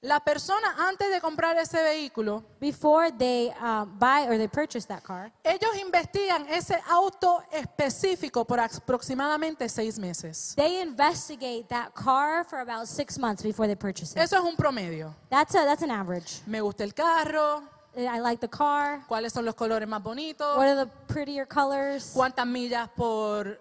Speaker 1: La persona antes de comprar ese vehículo,
Speaker 2: before they um, buy or they purchase that car,
Speaker 1: ellos investigan ese auto específico por aproximadamente seis meses.
Speaker 2: they investigate that car for about six months before they purchase it.
Speaker 1: Eso es un promedio.
Speaker 2: That's a that's an average. Eh,
Speaker 1: Me gusta el carro,
Speaker 2: I like the car.
Speaker 1: cuáles son los colores más
Speaker 2: What
Speaker 1: bonitos,
Speaker 2: are the prettier colors?
Speaker 1: cuántas millas por,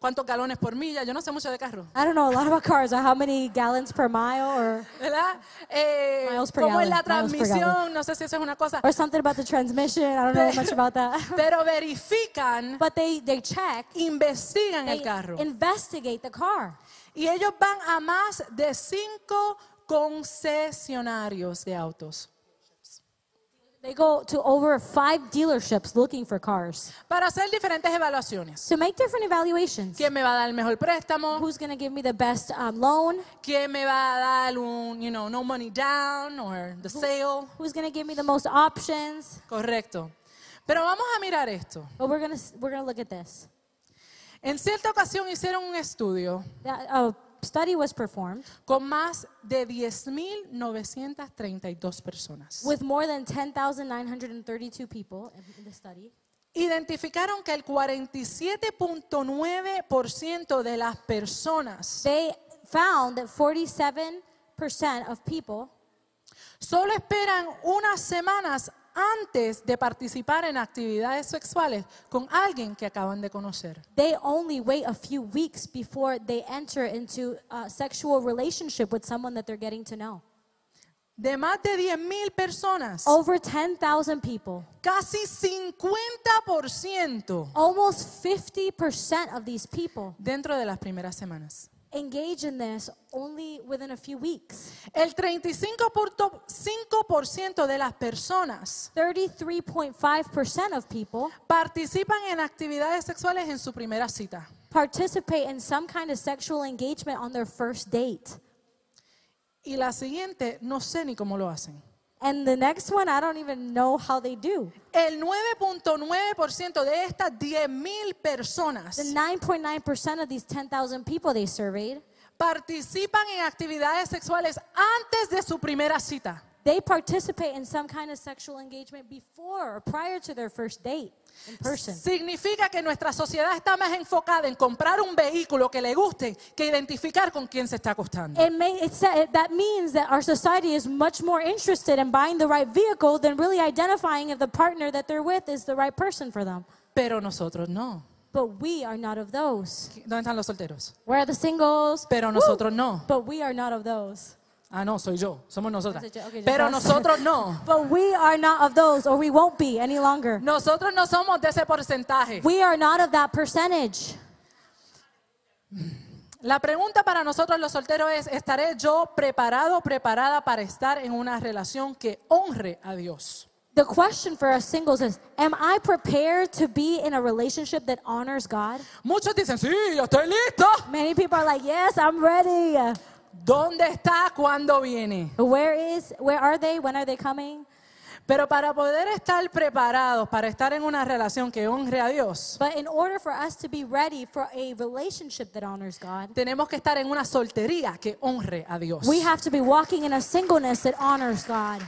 Speaker 1: cuántos galones por milla. Yo no sé mucho de carro,
Speaker 2: I don't know a lot about cars. Or how many gallons per mile or
Speaker 1: ¿verdad? Eh,
Speaker 2: Miles per
Speaker 1: ¿Cómo es la
Speaker 2: gallon, miles per
Speaker 1: transmisión? No sé si eso es una cosa.
Speaker 2: or something about the transmission. I don't know much about that.
Speaker 1: Pero verifican,
Speaker 2: But they they check,
Speaker 1: investigan
Speaker 2: they
Speaker 1: el carro.
Speaker 2: investigate the car,
Speaker 1: Y ellos van a más de cinco concesionarios de autos
Speaker 2: they go to over five dealerships looking for cars
Speaker 1: para hacer diferentes evaluaciones.
Speaker 2: to make different evaluations.
Speaker 1: ¿Quién me va a dar el mejor préstamo?
Speaker 2: Who's gonna give me the best um, loan?
Speaker 1: ¿Quién me va a dar un, you know, no money down or the sale?
Speaker 2: Who's gonna give me the most options?
Speaker 1: Correcto. Pero vamos a mirar esto.
Speaker 2: But we're gonna s- we're gonna look at this.
Speaker 1: En cierta ocasión hicieron un estudio
Speaker 2: That a study was performed
Speaker 1: con más de 10.932 personas.
Speaker 2: with more than 10,932 people in- in the study.
Speaker 1: Identificaron que el 47.9% de las personas
Speaker 2: They found that 47% of people
Speaker 1: Solo esperan unas semanas antes de participar en actividades sexuales con alguien que acaban de conocer.
Speaker 2: they only wait a few weeks before they enter into a sexual relationship with someone that they're getting to know.
Speaker 1: De más de 10.000 personas,
Speaker 2: Over 10,000 people,
Speaker 1: casi 50%
Speaker 2: almost 50% of these people
Speaker 1: dentro de las primeras semanas.
Speaker 2: engage in this only within a few weeks.
Speaker 1: El 35.5% de las personas
Speaker 2: 33.5% of people
Speaker 1: participan en actividades sexuales en su primera cita.
Speaker 2: participate in some kind of sexual engagement on their first date.
Speaker 1: Y la siguiente, no sé ni cómo lo hacen.
Speaker 2: And the next one, I don't even know how they do.
Speaker 1: El 9.9% de estas 10.000 personas
Speaker 2: The 9.9% of these 10,000 people they surveyed,
Speaker 1: participan en actividades sexuales antes de su primera cita.
Speaker 2: they participate in some kind of sexual engagement before or prior to their first date in person.
Speaker 1: Significa que nuestra sociedad está más enfocada en comprar un vehículo que le guste que identificar con quién se está acostando.
Speaker 2: It may, it's, that means that our society is much more interested in buying the right vehicle than really identifying if the partner that they're with is the right person for them.
Speaker 1: Pero nosotros no.
Speaker 2: But we are not of those.
Speaker 1: ¿Dónde están los solteros?
Speaker 2: Where are the singles?
Speaker 1: Pero
Speaker 2: Woo!
Speaker 1: nosotros no.
Speaker 2: But we are not of those.
Speaker 1: Ah, no, soy yo. Somos nosotras.
Speaker 2: Soy yo, ok, yo
Speaker 1: Pero
Speaker 2: paso.
Speaker 1: nosotros no.
Speaker 2: But we are not of those, or we won't be any longer.
Speaker 1: Nosotros no somos de ese porcentaje.
Speaker 2: We are not of that percentage.
Speaker 1: La pregunta para nosotros los solteros es, ¿estaré yo preparado, preparada para estar en una relación que honre a Dios?
Speaker 2: The question for us singles is Am I prepared to be in a relationship that honors God?
Speaker 1: Muchos dicen, sí, yo estoy listo.
Speaker 2: Many people are like, Yes, I'm ready.
Speaker 1: ¿Dónde está? ¿Cuándo viene?
Speaker 2: Where is where are they? When are they coming?
Speaker 1: Pero para poder estar preparados, para estar en una relación que honre a Dios,
Speaker 2: But in order for us to be ready for a relationship that honors God,
Speaker 1: tenemos que estar en una soltería que honre a Dios.
Speaker 2: we have to be walking in a singleness that honors God.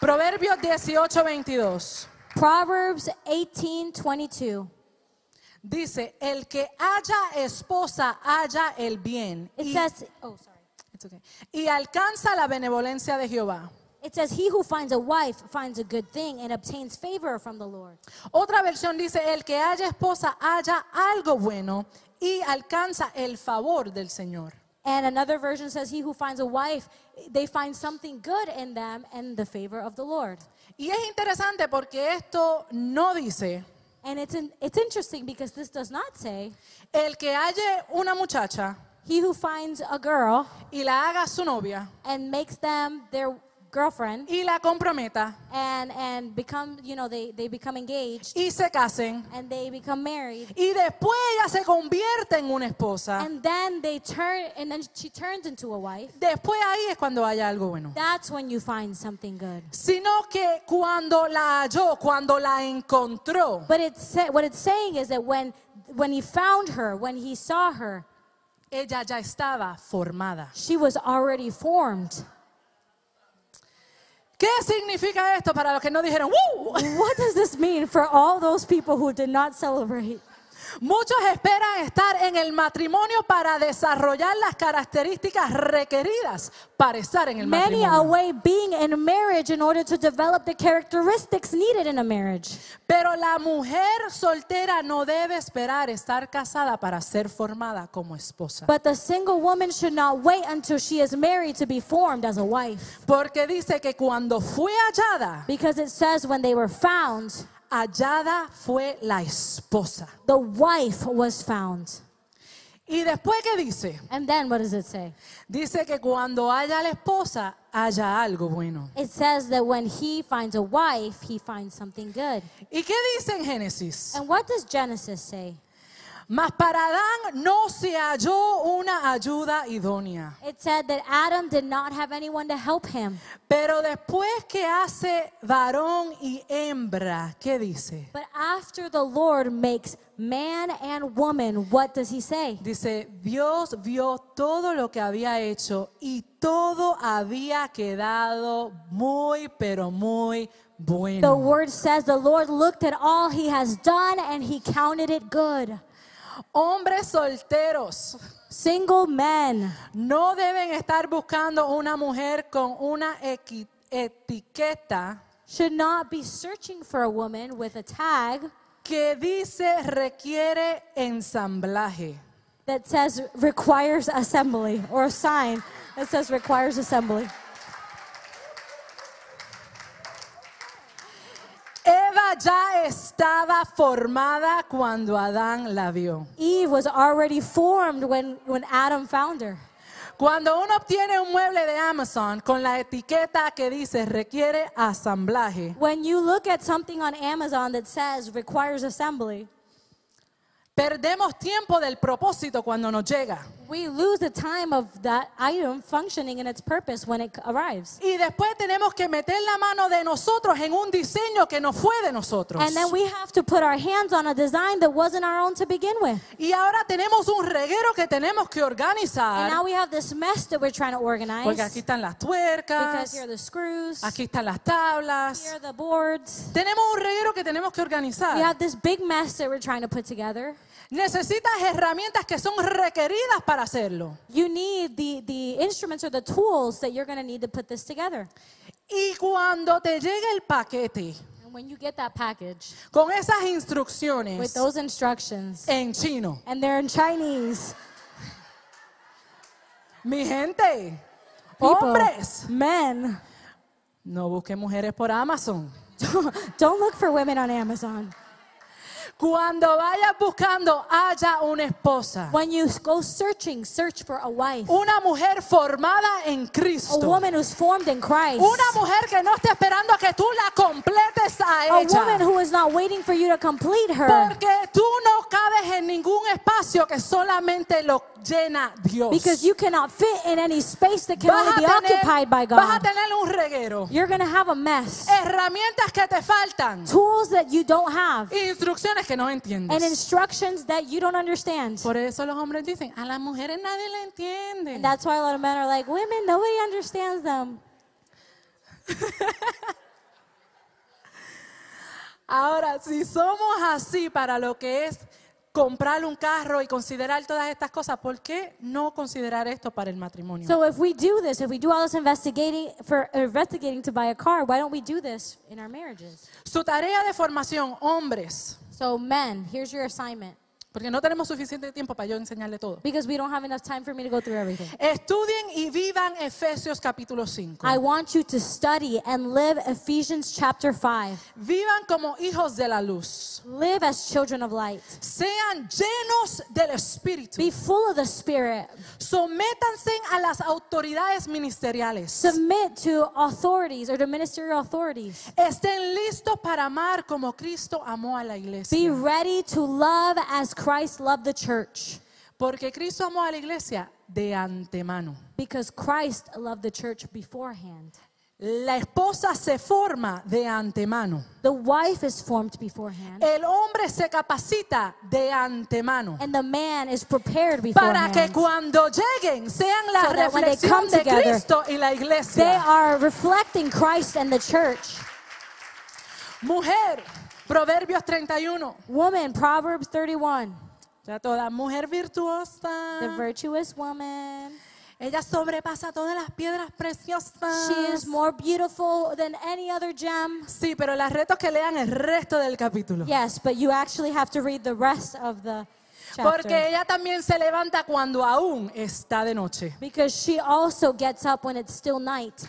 Speaker 1: Proverbios 18, 22.
Speaker 2: Proverbs 18:22.
Speaker 1: Dice, el que haya esposa, haya el bien.
Speaker 2: It
Speaker 1: Y,
Speaker 2: says, oh sorry.
Speaker 1: It's okay. y alcanza la benevolencia de Jehová.
Speaker 2: It says he who finds a wife finds a good thing and obtains favor from the Lord.
Speaker 1: Otra versión dice, el que haya esposa, haya algo bueno y alcanza el favor del Señor.
Speaker 2: And another version says he who finds a wife they find something good in them and the favor of the Lord.
Speaker 1: Y es interesante porque esto no dice,
Speaker 2: And it's in, it's interesting because this does not say
Speaker 1: el que halle una muchacha
Speaker 2: he who finds a girl
Speaker 1: y la haga su novia
Speaker 2: and makes them their girlfriend
Speaker 1: y la comprometa
Speaker 2: and and become you know they they become engaged
Speaker 1: y se casen
Speaker 2: and they become married
Speaker 1: y después ella se convierte en una esposa,
Speaker 2: and then they turn and then she turns into a wife
Speaker 1: después ahí es cuando haya algo bueno.
Speaker 2: that's when you find something good
Speaker 1: Sino que cuando la halló, cuando la encontró,
Speaker 2: but it's sa- what it's saying is that when when he found her when he saw her
Speaker 1: ella ya estaba formada.
Speaker 2: she was already formed
Speaker 1: ¿Qué significa esto para los que no dijeron, "Uh"? "Woo"?
Speaker 2: what does this mean for all those people who did not celebrate
Speaker 1: Muchos esperan estar en el matrimonio para desarrollar las características requeridas para estar en el
Speaker 2: many
Speaker 1: matrimonio.
Speaker 2: away being in marriage in order to develop the characteristics needed in a marriage
Speaker 1: Pero la mujer soltera no debe esperar estar casada para ser formada como esposa.
Speaker 2: But the single woman should not wait until she is married to be formed as a wife.
Speaker 1: Porque dice que cuando fue hallada,
Speaker 2: Because it says when they were found,
Speaker 1: hallada fue la esposa.
Speaker 2: the wife was found.
Speaker 1: Y después que dice,
Speaker 2: And then what does it say?
Speaker 1: dice que cuando haya la esposa, haya algo bueno.
Speaker 2: It says that when he finds a wife, he finds something good.
Speaker 1: ¿Y qué dice en Génesis?
Speaker 2: And what does Genesis say?
Speaker 1: Mas para Adán no se halló una ayuda idónea.
Speaker 2: It said that Adam did not have anyone to help him.
Speaker 1: Pero después que hace varón y hembra, ¿qué dice?
Speaker 2: But after the Lord makes man and woman, what does he say?
Speaker 1: Dice, Dios vio todo lo que había hecho y todo había quedado muy, pero muy
Speaker 2: The
Speaker 1: bueno.
Speaker 2: word says the Lord looked at all he has done and he counted it good.
Speaker 1: Hombres solteros
Speaker 2: Single men,
Speaker 1: no deben estar buscando una mujer con una equi- etiqueta
Speaker 2: should not be searching for a woman with a tag
Speaker 1: que dice requiere ensamblaje.
Speaker 2: that says requires assembly or a sign that says requires assembly.
Speaker 1: Eva ya estaba formada cuando Adán la vio.
Speaker 2: Eve was already formed when, when Adam found her.
Speaker 1: Cuando uno obtiene un mueble de Amazon con la etiqueta que dice requiere asamblaje,
Speaker 2: When you look at something on Amazon that says requires assembly,
Speaker 1: perdemos tiempo del propósito cuando nos llega.
Speaker 2: we lose the time of that item functioning in its purpose when it arrives.
Speaker 1: Y después tenemos que meter la mano de nosotros en un diseño que no fue de nosotros.
Speaker 2: And then we have to put our hands on a design that wasn't our own to begin with.
Speaker 1: Y ahora tenemos un reguero que tenemos que
Speaker 2: And
Speaker 1: organizar.
Speaker 2: now we have this mess that we're trying to
Speaker 1: Porque aquí
Speaker 2: organize
Speaker 1: están las
Speaker 2: because here
Speaker 1: tuercas,
Speaker 2: are the screws,
Speaker 1: aquí están las
Speaker 2: here
Speaker 1: tablas.
Speaker 2: are the boards.
Speaker 1: Tenemos un reguero que tenemos que
Speaker 2: We
Speaker 1: organizar.
Speaker 2: have this big mess that we're trying to put together.
Speaker 1: Necesitas herramientas que son requeridas para hacerlo.
Speaker 2: You need the, the instruments or the tools that you're going to need to put this together.
Speaker 1: Y cuando te llega el paquete
Speaker 2: And when you get that package
Speaker 1: con esas
Speaker 2: with
Speaker 1: instrucciones
Speaker 2: those instructions,
Speaker 1: en chino,
Speaker 2: and they're in Chinese,
Speaker 1: mi gente,
Speaker 2: people,
Speaker 1: hombres,
Speaker 2: men,
Speaker 1: no busquen mujeres por Amazon.
Speaker 2: don't look for women on Amazon.
Speaker 1: Cuando vayas buscando, haya una esposa.
Speaker 2: When you go searching, search for a wife,
Speaker 1: Una mujer formada en
Speaker 2: a
Speaker 1: Cristo.
Speaker 2: woman who's formed in Christ,
Speaker 1: Una mujer que no esté esperando a que tú la completes a
Speaker 2: a
Speaker 1: ella.
Speaker 2: woman who is not waiting for you to complete her,
Speaker 1: Porque tú no cabes en ningún espacio que solamente lo llena Dios.
Speaker 2: because you cannot fit in any space that can
Speaker 1: vas,
Speaker 2: only be
Speaker 1: a tener,
Speaker 2: occupied by
Speaker 1: vas a
Speaker 2: God.
Speaker 1: tener un reguero.
Speaker 2: You're gonna have a mess,
Speaker 1: Herramientas que te faltan.
Speaker 2: tools that you don't have,
Speaker 1: Instrucciones que no
Speaker 2: and
Speaker 1: entiendes.
Speaker 2: instructions that you don't understand.
Speaker 1: Por eso los hombres dicen, a las mujeres nadie le entiende.
Speaker 2: That's why a lot of men are like, women, nobody understands them.
Speaker 1: Ahora, si somos así para lo que es comprar un carro y considerar todas estas cosas, ¿por qué no considerar esto para el matrimonio?
Speaker 2: So if we do this, if we do all this investigating for investigating to buy a car, why don't we do this in our marriages?
Speaker 1: Su tarea de formación, hombres,
Speaker 2: So men, here's your assignment
Speaker 1: porque no tenemos suficiente tiempo para yo enseñarle todo.
Speaker 2: because we don't have enough time for me to go through everything.
Speaker 1: Estudien y vivan Efesios capítulo 5.
Speaker 2: I want you to study and live Ephesians chapter 5.
Speaker 1: Vivan como hijos de la luz.
Speaker 2: Live as children of light.
Speaker 1: Sean llenos del Espíritu.
Speaker 2: Be full of the Spirit.
Speaker 1: Sométanse a las autoridades ministeriales.
Speaker 2: Submit to authorities or to ministerial authorities.
Speaker 1: Estén listos para amar como Cristo amó a la
Speaker 2: Be
Speaker 1: iglesia.
Speaker 2: ready to love as Christ loved the church
Speaker 1: Porque Cristo amó a la iglesia de antemano.
Speaker 2: because Christ loved the church beforehand.
Speaker 1: La esposa se forma de antemano.
Speaker 2: The wife is formed beforehand.
Speaker 1: El hombre se capacita de antemano.
Speaker 2: And the man is prepared
Speaker 1: Para que
Speaker 2: beforehand.
Speaker 1: cuando lleguen sean la
Speaker 2: So that when they
Speaker 1: reflexión
Speaker 2: come
Speaker 1: de
Speaker 2: together,
Speaker 1: Cristo y la
Speaker 2: They
Speaker 1: iglesia.
Speaker 2: are reflecting Christ and the church.
Speaker 1: Mujer, Proverbios 31.
Speaker 2: Woman, Proverbs 31.
Speaker 1: Ya toda mujer
Speaker 2: The
Speaker 1: virtuosa.
Speaker 2: virtuous woman.
Speaker 1: Ella sobrepasa todas las piedras preciosas.
Speaker 2: She is more beautiful than any other gem.
Speaker 1: Sí, pero las retos que lean el resto del capítulo.
Speaker 2: Yes, but you actually have to read the rest of the
Speaker 1: Porque
Speaker 2: chapter.
Speaker 1: ella también se levanta cuando aún está de noche.
Speaker 2: Because she also gets up when it's still night.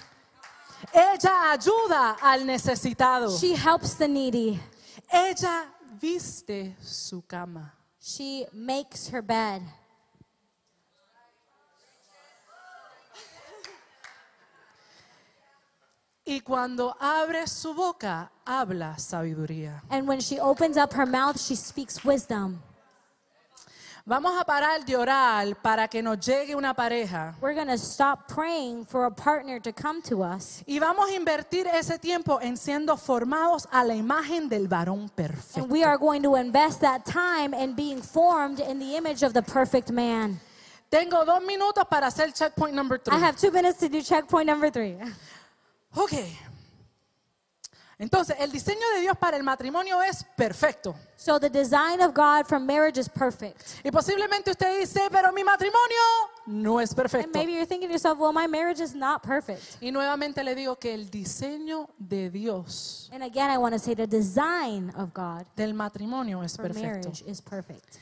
Speaker 1: Ella ayuda al necesitado.
Speaker 2: She helps the needy.
Speaker 1: ella viste su cama.
Speaker 2: She makes her bed.
Speaker 1: Y cuando abre su boca, habla sabiduría.
Speaker 2: And when she opens up her mouth, she speaks wisdom.
Speaker 1: Vamos a parar de orar para que nos llegue una pareja.
Speaker 2: We're going to stop praying for a partner to come to us.
Speaker 1: Y vamos a invertir ese tiempo en siendo formados a la imagen del varón perfecto.
Speaker 2: And we are going to invest that time in being formed in the image of the perfect man.
Speaker 1: Tengo dos minutos para hacer checkpoint number three.
Speaker 2: I have two minutes to do checkpoint number three.
Speaker 1: Ok. Entonces, el diseño de Dios para el matrimonio es perfecto.
Speaker 2: So the design of God for marriage is perfect.
Speaker 1: Y posiblemente usted dice, pero mi matrimonio no es
Speaker 2: And
Speaker 1: perfecto.
Speaker 2: maybe you're thinking to yourself, well, my marriage is not perfect.
Speaker 1: Y nuevamente le digo que el diseño de Dios
Speaker 2: And again, I want to say the design of God
Speaker 1: del matrimonio es
Speaker 2: for
Speaker 1: perfecto.
Speaker 2: marriage is perfect.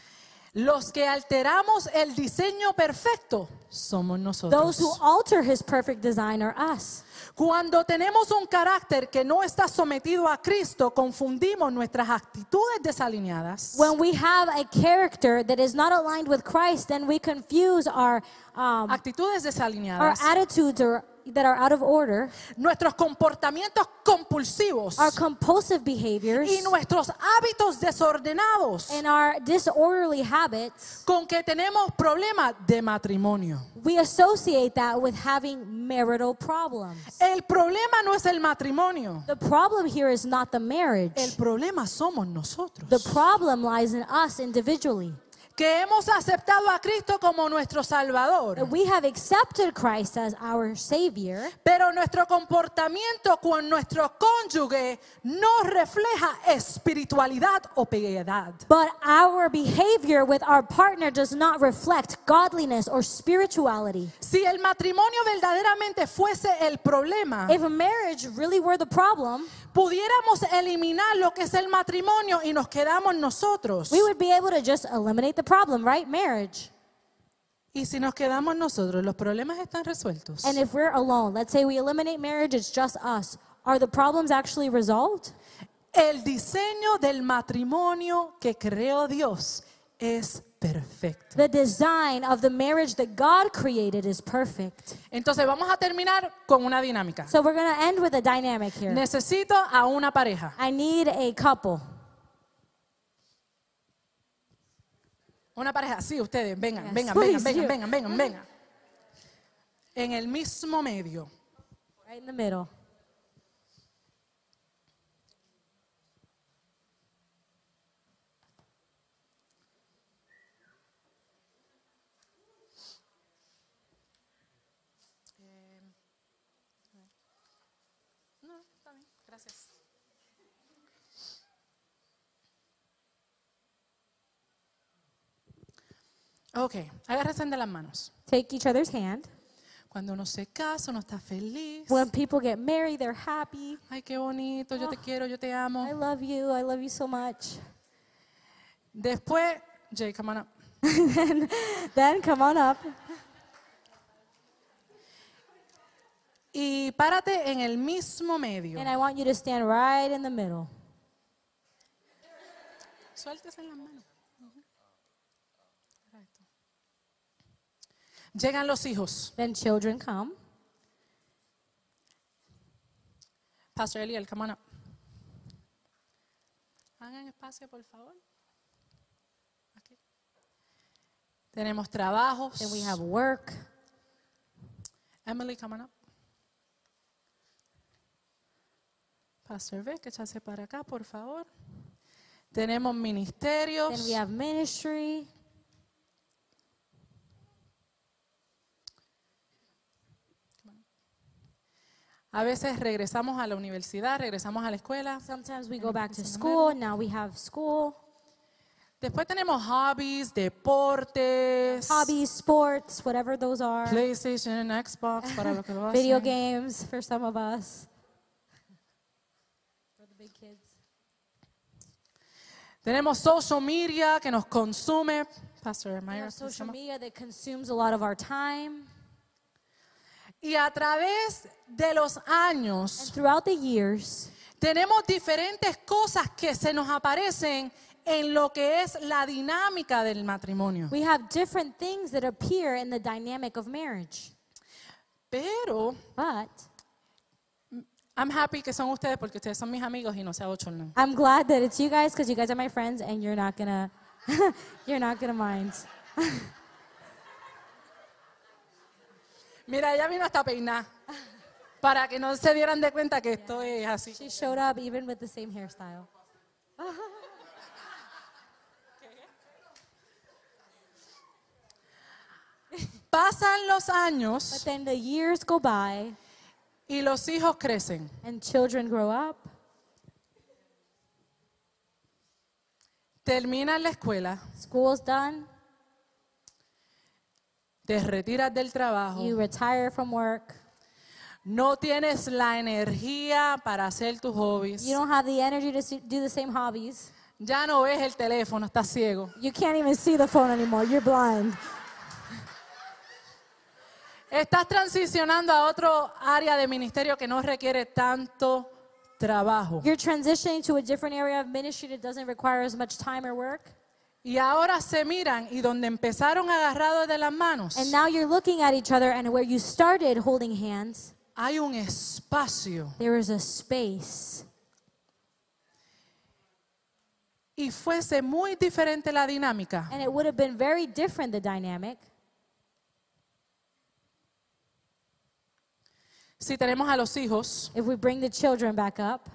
Speaker 1: Los que alteramos el diseño perfecto somos
Speaker 2: Those who
Speaker 1: nosotros.
Speaker 2: alter his perfect design are us.
Speaker 1: Cuando tenemos un carácter que no está sometido a Cristo, confundimos nuestras actitudes desalineadas
Speaker 2: When we have a character that is not aligned with Christ, then we confuse our, um,
Speaker 1: actitudes
Speaker 2: our
Speaker 1: desalineadas
Speaker 2: attitudes or that are out of order,
Speaker 1: nuestros comportamientos compulsivos
Speaker 2: our compulsive behaviors,
Speaker 1: y nuestros hábitos desordenados
Speaker 2: and our disorderly habits,
Speaker 1: con que tenemos problemas de matrimonio.
Speaker 2: we associate that with having marital problems.
Speaker 1: El problema no es el matrimonio,
Speaker 2: The problem here is not the marriage.
Speaker 1: el problema somos nosotros,
Speaker 2: The problem lies in us individually.
Speaker 1: que hemos aceptado a Cristo como nuestro Salvador.
Speaker 2: That we have accepted Christ as our Savior,
Speaker 1: Pero nuestro comportamiento con nuestro cónyuge no refleja espiritualidad o piedad.
Speaker 2: but our behavior with our partner does not reflect godliness or spirituality.
Speaker 1: Si el matrimonio verdaderamente fuese el problema,
Speaker 2: If marriage really were the problem,
Speaker 1: pudiéramos eliminar lo que es el matrimonio y nos quedamos nosotros.
Speaker 2: we would be able to just eliminate the problem, right? Marriage.
Speaker 1: Y si nos quedamos nosotros, los problemas están resueltos.
Speaker 2: And if we're alone, let's say we eliminate marriage, it's just us. Are the problems actually resolved?
Speaker 1: El diseño del matrimonio que creó Dios es perfecto.
Speaker 2: The design of the marriage that God created is perfect.
Speaker 1: Entonces vamos a terminar con una dinámica.
Speaker 2: So we're going to end with a dynamic here.
Speaker 1: Necesito a una pareja.
Speaker 2: I need a couple.
Speaker 1: Una pareja, sí, ustedes, vengan,
Speaker 2: Yes,
Speaker 1: vengan, vengan,
Speaker 2: please,
Speaker 1: vengan,
Speaker 2: Mm-hmm. you.
Speaker 1: vengan, vengan, vengan. En el mismo medio.
Speaker 2: Right in the middle.
Speaker 1: No, está bien, gracias. Ok, agárrense de las manos.
Speaker 2: Take each other's hand.
Speaker 1: Cuando uno se casa, uno está feliz.
Speaker 2: When people get married, they're happy.
Speaker 1: Ay, qué bonito, yo te
Speaker 2: Ah.
Speaker 1: quiero, yo te
Speaker 2: I
Speaker 1: amo.
Speaker 2: love you. I love you so much.
Speaker 1: Después, Jay, come on up.
Speaker 2: Then come on up.
Speaker 1: Y párate en el mismo medio.
Speaker 2: And I want you to stand right in the middle.
Speaker 1: Suéltese las manos. Ujú. Correcto. Llegan los hijos.
Speaker 2: Then children come.
Speaker 1: Pastor Eliel, come on up. Hagan espacio, por favor. Aquí. Tenemos trabajos.
Speaker 2: Then we have work.
Speaker 1: Emily, come on up. Pastor Vic, échase para acá, por favor. Tenemos
Speaker 2: Then
Speaker 1: ministerios.
Speaker 2: we have ministry.
Speaker 1: A veces regresamos a la universidad, regresamos a la escuela.
Speaker 2: Sometimes we go back to school. Now we have school,
Speaker 1: Después tenemos hobbies, deportes,
Speaker 2: hobbies, sports, whatever those are.
Speaker 1: PlayStation, Xbox, para lo que lo hacen.
Speaker 2: Video games for some of us. For the big kids.
Speaker 1: Tenemos social media que nos consume. Pastor
Speaker 2: We
Speaker 1: Myra,
Speaker 2: have
Speaker 1: please
Speaker 2: social
Speaker 1: come up.
Speaker 2: media that consumes a lot of our time.
Speaker 1: Y a través de los
Speaker 2: And
Speaker 1: años
Speaker 2: throughout the years,
Speaker 1: tenemos diferentes cosas que se nos aparecen en lo que es la dinámica del matrimonio.
Speaker 2: we have different things that appear in the dynamic of marriage.
Speaker 1: Pero
Speaker 2: But
Speaker 1: I'm happy que son ustedes porque ustedes son mis amigos y no se ochornan.
Speaker 2: I'm glad that it's you guys because you guys are my friends and you're not gonna you're not gonna mind.
Speaker 1: Mira, ella vino hasta peinar para que no se dieran de cuenta que esto es así.
Speaker 2: She showed up even with the same hairstyle.
Speaker 1: Pasan los
Speaker 2: But
Speaker 1: años
Speaker 2: then the years go by
Speaker 1: y los hijos crecen.
Speaker 2: and children grow up.
Speaker 1: Terminas la escuela,
Speaker 2: School's done.
Speaker 1: te retiras del trabajo,
Speaker 2: You retire from work.
Speaker 1: no tienes la energía para hacer tus hobbies,
Speaker 2: You don't have the energy to s- do the same hobbies.
Speaker 1: ya no ves el teléfono, estás ciego.
Speaker 2: You can't even see the phone anymore. You're blind.
Speaker 1: Estás transicionando a otro área de ministerio que no requiere tanto trabajo.
Speaker 2: You're transitioning to a different area of ministry that doesn't require as much time or work.
Speaker 1: Y ahora se miran y donde empezaron agarrados de las manos,
Speaker 2: And now you're looking at each other, and where you started holding hands,
Speaker 1: hay un espacio.
Speaker 2: there is a space.
Speaker 1: Y fuese muy diferente la dinámica
Speaker 2: And it would have been very different, the dynamic,
Speaker 1: si tenemos a los hijos
Speaker 2: if we bring the children back up.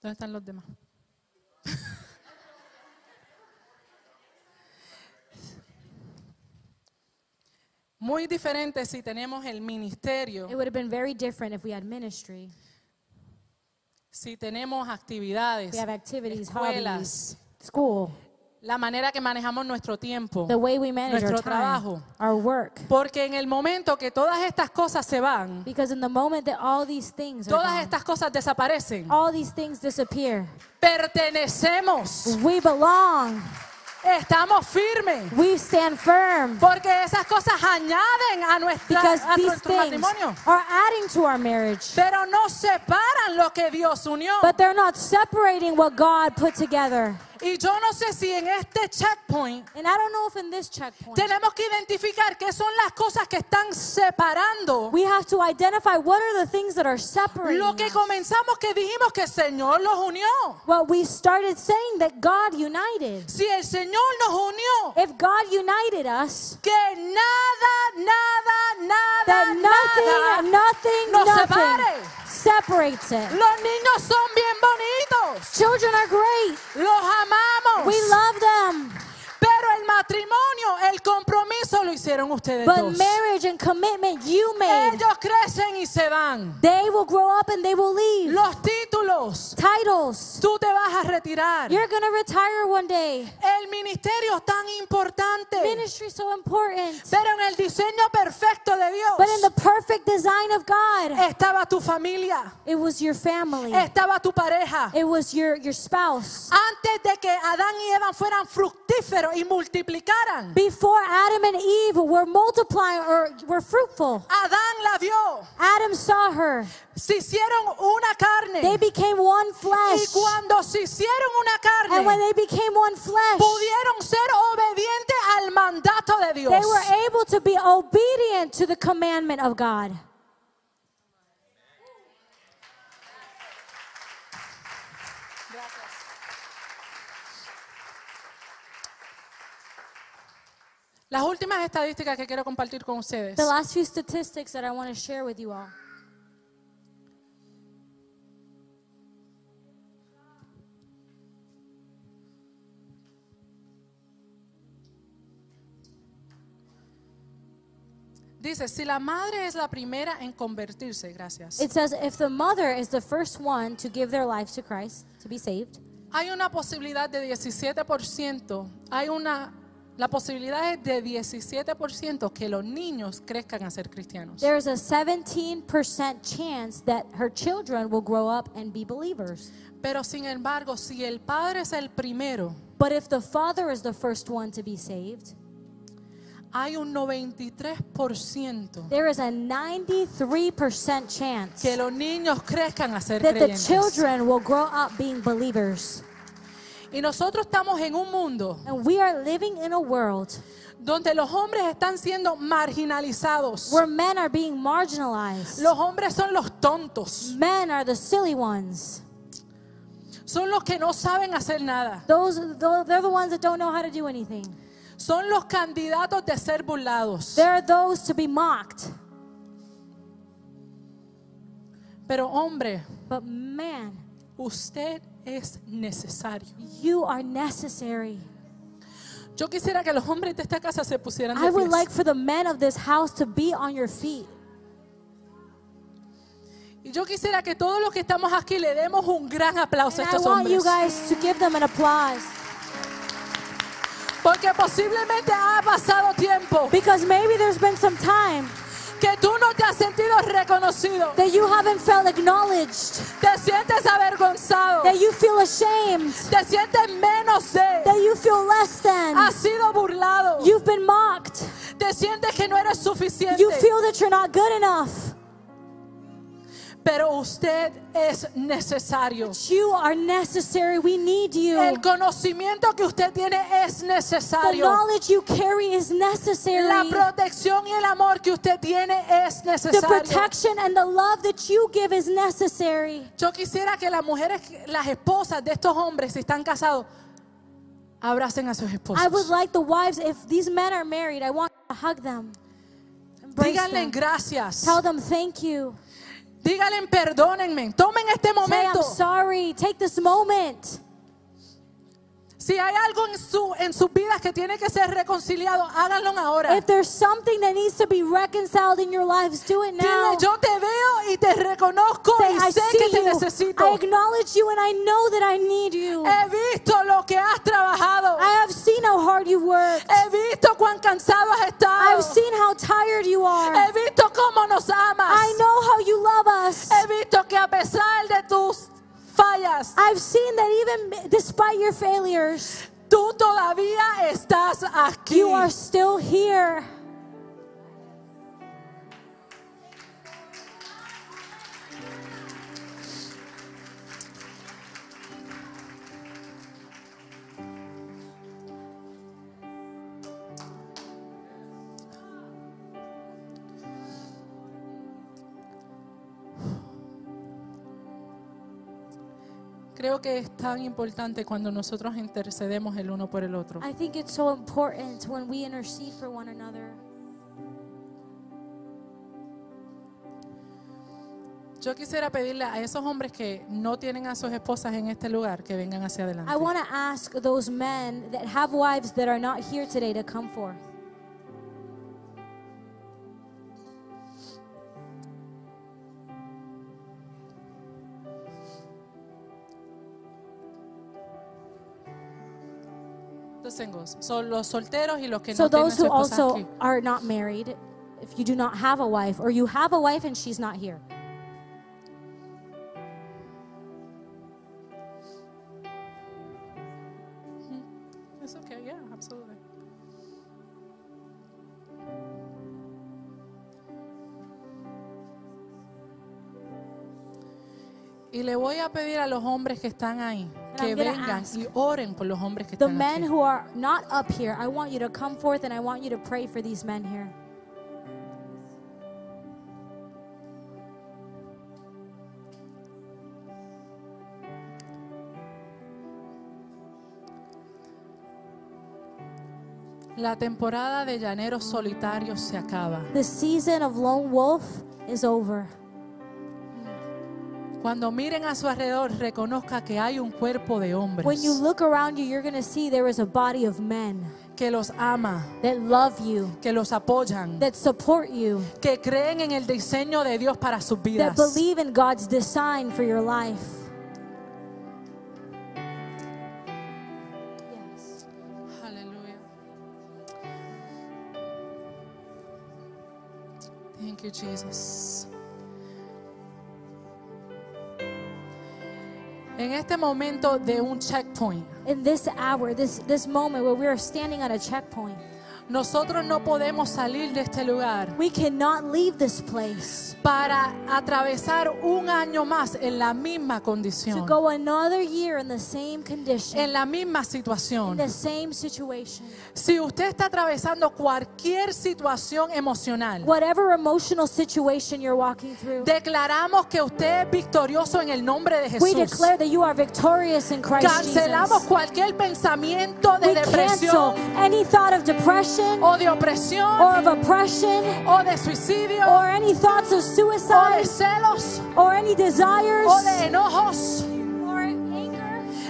Speaker 1: ¿Dónde están los demás? Muy diferente si tenemos el
Speaker 2: It
Speaker 1: ministerio,
Speaker 2: would have been very different if we had ministry.
Speaker 1: si tenemos
Speaker 2: We
Speaker 1: actividades,
Speaker 2: have activities, hobbies,
Speaker 1: escuelas,
Speaker 2: school,
Speaker 1: la manera que manejamos nuestro tiempo.
Speaker 2: the way we manage our
Speaker 1: Nuestro
Speaker 2: time,
Speaker 1: trabajo.
Speaker 2: our work.
Speaker 1: Porque en el momento que todas estas cosas se van,
Speaker 2: Because in the moment that all these things are
Speaker 1: todas
Speaker 2: gone,
Speaker 1: estas cosas desaparecen,
Speaker 2: all these things disappear.
Speaker 1: pertenecemos,
Speaker 2: We belong.
Speaker 1: estamos firmes,
Speaker 2: We stand firm.
Speaker 1: porque esas cosas añaden a, nuestra,
Speaker 2: Because
Speaker 1: a
Speaker 2: these
Speaker 1: nuestro
Speaker 2: things
Speaker 1: matrimonio.
Speaker 2: are adding to our marriage.
Speaker 1: Pero no separan lo que Dios unió.
Speaker 2: But they're not separating what God put together.
Speaker 1: Y yo no sé si en este checkpoint
Speaker 2: And I don't know if in this checkpoint
Speaker 1: tenemos que identificar qué son las cosas que están separando
Speaker 2: we have to identify what are the things that are separating
Speaker 1: lo que
Speaker 2: us.
Speaker 1: comenzamos que dijimos que el Señor los unió.
Speaker 2: What we started saying that God united.
Speaker 1: Si el Señor nos unió,
Speaker 2: If God united us,
Speaker 1: que nada, nada, nada,
Speaker 2: that nothing,
Speaker 1: nada.
Speaker 2: nothing,
Speaker 1: nos
Speaker 2: nothing
Speaker 1: separe.
Speaker 2: separates it.
Speaker 1: Los niños son bien bonitos,
Speaker 2: Children are great.
Speaker 1: los amamos,
Speaker 2: We love them.
Speaker 1: pero el matrimonio, el compromiso lo hicieron ustedes
Speaker 2: But
Speaker 1: dos.
Speaker 2: marriage and commitment you made,
Speaker 1: Ellos crecen y se van.
Speaker 2: they will grow up and they will leave.
Speaker 1: Los títulos,
Speaker 2: Titles.
Speaker 1: tú te vas a retirar.
Speaker 2: You're going to retire one day.
Speaker 1: El ministerio es tan importante,
Speaker 2: Ministry so important.
Speaker 1: pero en el diseño perfecto de
Speaker 2: But in
Speaker 1: Dios
Speaker 2: the perfect design of God,
Speaker 1: estaba tu familia,
Speaker 2: it was your family.
Speaker 1: estaba tu pareja.
Speaker 2: It was your, your spouse.
Speaker 1: Antes de que Adán y Eva fueran fructíferos y multiplicaran,
Speaker 2: Before Adam and Eve were multiplying or were fruitful,
Speaker 1: Adán la vio,
Speaker 2: Adam saw her.
Speaker 1: se hicieron una
Speaker 2: They
Speaker 1: carne.
Speaker 2: became one flesh.
Speaker 1: Y cuando se hicieron una
Speaker 2: And when
Speaker 1: carne,
Speaker 2: they became one flesh,
Speaker 1: pudieron ser obedientes al mandato de
Speaker 2: they
Speaker 1: Dios.
Speaker 2: were able to be obedient to the commandment of God.
Speaker 1: Las últimas estadísticas que quiero compartir con ustedes.
Speaker 2: The last few statistics that I want to share with you all.
Speaker 1: Dice, si la madre es la primera en convertirse, gracias.
Speaker 2: It says if the mother is the first one to give their life to Christ to be saved,
Speaker 1: Hay una posibilidad de 17%, hay una la posibilidad es de 17% que los niños crezcan a ser cristianos.
Speaker 2: there is a 17% chance that her children will grow up and be believers.
Speaker 1: Pero sin embargo, si el padre es el primero,
Speaker 2: But if the father is the first one to be saved,
Speaker 1: hay un 93%
Speaker 2: there is a 93% chance
Speaker 1: que los niños crezcan a ser
Speaker 2: that the
Speaker 1: creyentes.
Speaker 2: children will grow up being believers.
Speaker 1: Y nosotros estamos en un mundo
Speaker 2: And we are living in a world
Speaker 1: donde los hombres están siendo marginalizados.
Speaker 2: where men are being marginalized.
Speaker 1: Los hombres son los tontos,
Speaker 2: Men are the silly ones.
Speaker 1: son los que no saben hacer nada,
Speaker 2: Those they're the ones that don't know how to do anything.
Speaker 1: son los candidatos de ser burlados.
Speaker 2: There are those to be mocked.
Speaker 1: Pero hombre,
Speaker 2: But man,
Speaker 1: usted es necesario.
Speaker 2: you are necessary.
Speaker 1: Yo quisiera que los hombres de esta casa se pusieran
Speaker 2: I
Speaker 1: de
Speaker 2: would
Speaker 1: pie
Speaker 2: like for the men of this house to be on your feet.
Speaker 1: y yo quisiera que todos los que estamos aquí le demos un gran aplauso
Speaker 2: And
Speaker 1: a
Speaker 2: I
Speaker 1: estos
Speaker 2: want you
Speaker 1: hombres.
Speaker 2: guys to give them an applause
Speaker 1: Porque posiblemente ha pasado tiempo
Speaker 2: because maybe there's been some time
Speaker 1: que tú no te has sentido reconocido,
Speaker 2: that you haven't felt acknowledged,
Speaker 1: te sientes avergonzado,
Speaker 2: that you feel ashamed,
Speaker 1: te sientes menos de,
Speaker 2: that you feel less than.
Speaker 1: has sido burlado,
Speaker 2: You've been mocked.
Speaker 1: te sientes que no eres suficiente.
Speaker 2: You feel that you're not good enough.
Speaker 1: pero usted es necesario.
Speaker 2: You are necessary. We need you.
Speaker 1: El conocimiento que usted tiene es
Speaker 2: The
Speaker 1: necesario.
Speaker 2: knowledge you carry is necessary.
Speaker 1: La protección y el amor que usted tiene es
Speaker 2: The
Speaker 1: necesario.
Speaker 2: protection and the love that you give is necessary.
Speaker 1: Yo quisiera que las mujeres, las esposas de estos hombres, si están casados, abracen a sus
Speaker 2: I would
Speaker 1: esposos.
Speaker 2: like the wives, if these men are married, I want to hug them. Embrace
Speaker 1: Díganle
Speaker 2: them.
Speaker 1: gracias.
Speaker 2: Tell them thank you.
Speaker 1: Díganle perdónenme. Tomen este
Speaker 2: Say I'm
Speaker 1: momento.
Speaker 2: sorry. Take this moment.
Speaker 1: Si hay algo en su en sus vidas que tiene que ser reconciliado, háganlo ahora.
Speaker 2: If there's something that needs to be reconciled in your lives, do it now.
Speaker 1: Dile, yo te veo y te reconozco
Speaker 2: Say,
Speaker 1: y
Speaker 2: I
Speaker 1: sé que
Speaker 2: see
Speaker 1: te
Speaker 2: you. I
Speaker 1: necesito. Eh.
Speaker 2: acknowledge you and I know that I need you.
Speaker 1: He visto lo que has trabajado.
Speaker 2: I have seen how hard you work.
Speaker 1: He visto cuán cansado has estado.
Speaker 2: I've seen how tired you are.
Speaker 1: He visto cómo nos amas.
Speaker 2: I know how you love us.
Speaker 1: He visto que a pesar de tus fallas,
Speaker 2: I've seen that even despite your failures,
Speaker 1: tú todavía estás aquí.
Speaker 2: you are still here.
Speaker 1: Creo que es tan importante cuando nosotros intercedemos el uno por el otro.
Speaker 2: I think it's so important when we intercede for one another.
Speaker 1: Yo quisiera pedirle a esos hombres que no tienen a sus esposas en este lugar que vengan hacia adelante.
Speaker 2: I want to ask those men that have wives that are not here today to come forth.
Speaker 1: Los singles, son los solteros y los que
Speaker 2: So,
Speaker 1: no tienen
Speaker 2: those
Speaker 1: su
Speaker 2: who
Speaker 1: esposa
Speaker 2: also
Speaker 1: aquí.
Speaker 2: are not married, if you do not have a wife, or you have a wife and she's not here,
Speaker 1: It's okay, yeah, absolutely. Y le voy a pedir a los hombres que están ahí que
Speaker 2: I'm gonna
Speaker 1: vengan
Speaker 2: ask
Speaker 1: y oren por los hombres que
Speaker 2: the
Speaker 1: están
Speaker 2: men
Speaker 1: aquí.
Speaker 2: who are not up here, I want you to come forth and I want you to pray for these men here.
Speaker 1: La temporada de llaneros solitarios se acaba.
Speaker 2: The season of lone wolf is over.
Speaker 1: Cuando miren a su alrededor, reconozca que hay un cuerpo de
Speaker 2: When
Speaker 1: hombres
Speaker 2: you look around you, you're going to see there is a body of men
Speaker 1: que los ama,
Speaker 2: that love you,
Speaker 1: que los apoyan,
Speaker 2: that support you,
Speaker 1: que creen en el diseño de Dios para sus
Speaker 2: that
Speaker 1: vidas.
Speaker 2: believe in God's design for your life. Yes.
Speaker 1: Hallelujah. Thank you, Jesus. En este momento de un checkpoint,
Speaker 2: In this hour, this, this moment where we are standing at a checkpoint,
Speaker 1: nosotros no podemos salir de este lugar
Speaker 2: we cannot leave this place
Speaker 1: para atravesar un año más en la misma
Speaker 2: to
Speaker 1: condición,
Speaker 2: go another year in the same condition,
Speaker 1: en la misma
Speaker 2: in
Speaker 1: situación.
Speaker 2: the same situation.
Speaker 1: Si usted está atravesando cualquier situación emocional,
Speaker 2: Whatever emotional situation you're walking through,
Speaker 1: Declaramos que usted es victorioso en el nombre de
Speaker 2: we
Speaker 1: Jesús.
Speaker 2: declare that you are victorious in Christ
Speaker 1: Cancelamos
Speaker 2: Jesus.
Speaker 1: cualquier pensamiento de
Speaker 2: We cancel
Speaker 1: depresión
Speaker 2: any thought of depression
Speaker 1: o de opresión
Speaker 2: or of oppression
Speaker 1: o de suicidio
Speaker 2: or any thoughts of
Speaker 1: o de
Speaker 2: suicide
Speaker 1: celos
Speaker 2: or any desires
Speaker 1: o de enojos.
Speaker 2: or anger.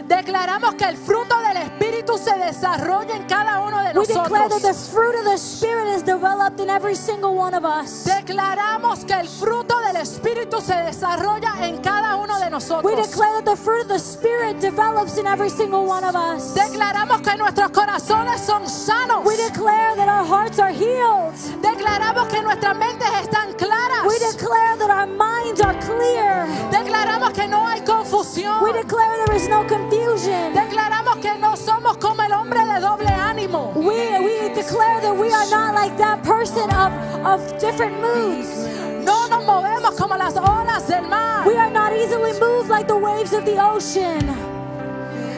Speaker 1: Declaramos que el fruto del Espíritu se desarrolla en cada uno de
Speaker 2: We declare that the
Speaker 1: nosotros.
Speaker 2: fruit of the Spirit is developed in every single one of us.
Speaker 1: Declaramos que el fruto del Espíritu se desarrolla en cada uno de
Speaker 2: We
Speaker 1: nosotros.
Speaker 2: declare that the fruit of the Spirit develops in every single one of us.
Speaker 1: Declaramos que nuestros corazones son sanos.
Speaker 2: We declare that our hearts are healed.
Speaker 1: Declaramos que nuestras mentes están claras.
Speaker 2: We declare that our minds are clear.
Speaker 1: Declaramos que no hay confusión.
Speaker 2: We declare there is no confusion.
Speaker 1: Declaramos que no somos como el hombre de doble ánimo.
Speaker 2: We, we declare that we are not like that person of, of different moods.
Speaker 1: No nos movemos como las olas del mar.
Speaker 2: We are not easily moved like the waves of the ocean.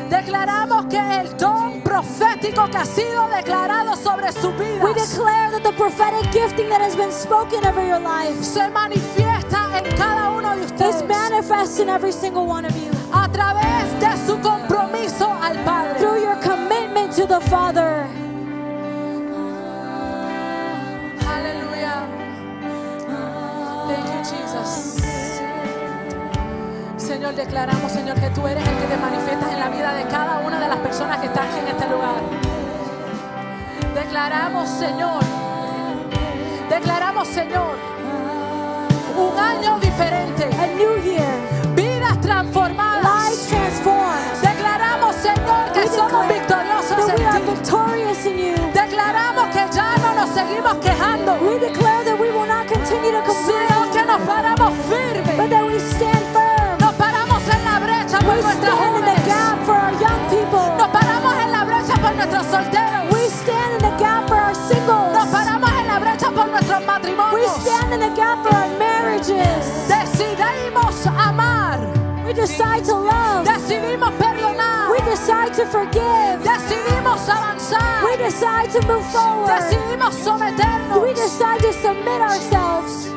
Speaker 1: Declaramos que el don profético que ha sido declarado sobre su
Speaker 2: We
Speaker 1: vida
Speaker 2: declare that the prophetic gifting that has been spoken over your life
Speaker 1: se manifiesta en cada uno de
Speaker 2: is
Speaker 1: ustedes
Speaker 2: manifest in every single one of you
Speaker 1: a través de su compromiso al Padre.
Speaker 2: through your commitment to the Father.
Speaker 1: Hallelujah. Thank you, Jesus. Señor, declaramos, Señor, que tú eres el que te manifiestas en la vida de cada una de las personas que están aquí en este lugar. Declaramos, Señor. Declaramos, Señor, un año diferente.
Speaker 2: A new year,
Speaker 1: Vidas
Speaker 2: lives
Speaker 1: transformadas.
Speaker 2: transformed.
Speaker 1: Declaramos, Señor,
Speaker 2: We
Speaker 1: que somos
Speaker 2: declare
Speaker 1: victoriosos
Speaker 2: that we
Speaker 1: en
Speaker 2: are
Speaker 1: ti.
Speaker 2: victorious in you.
Speaker 1: Declaramos que ya no nos seguimos quejando.
Speaker 2: We declare that we will not continue to
Speaker 1: sino que
Speaker 2: complain,
Speaker 1: nos paramos
Speaker 2: but
Speaker 1: firmes.
Speaker 2: that we stand firm.
Speaker 1: Nos paramos en la brecha por
Speaker 2: We
Speaker 1: nuestras
Speaker 2: stand in the
Speaker 1: jóvenes.
Speaker 2: gap for our young
Speaker 1: Nos
Speaker 2: people.
Speaker 1: paramos en la brecha por nuestros
Speaker 2: We
Speaker 1: solteros.
Speaker 2: stand in the gap for our
Speaker 1: Nos
Speaker 2: singles.
Speaker 1: paramos en la brecha por nuestros
Speaker 2: We
Speaker 1: matrimonios.
Speaker 2: stand in the gap for our marriages.
Speaker 1: Decidimos amar.
Speaker 2: We decide to love.
Speaker 1: Decidimos perdonar.
Speaker 2: We decide to forgive.
Speaker 1: Decidimos avanzar.
Speaker 2: We decide to move forward.
Speaker 1: Decidimos someternos.
Speaker 2: We decide to submit ourselves.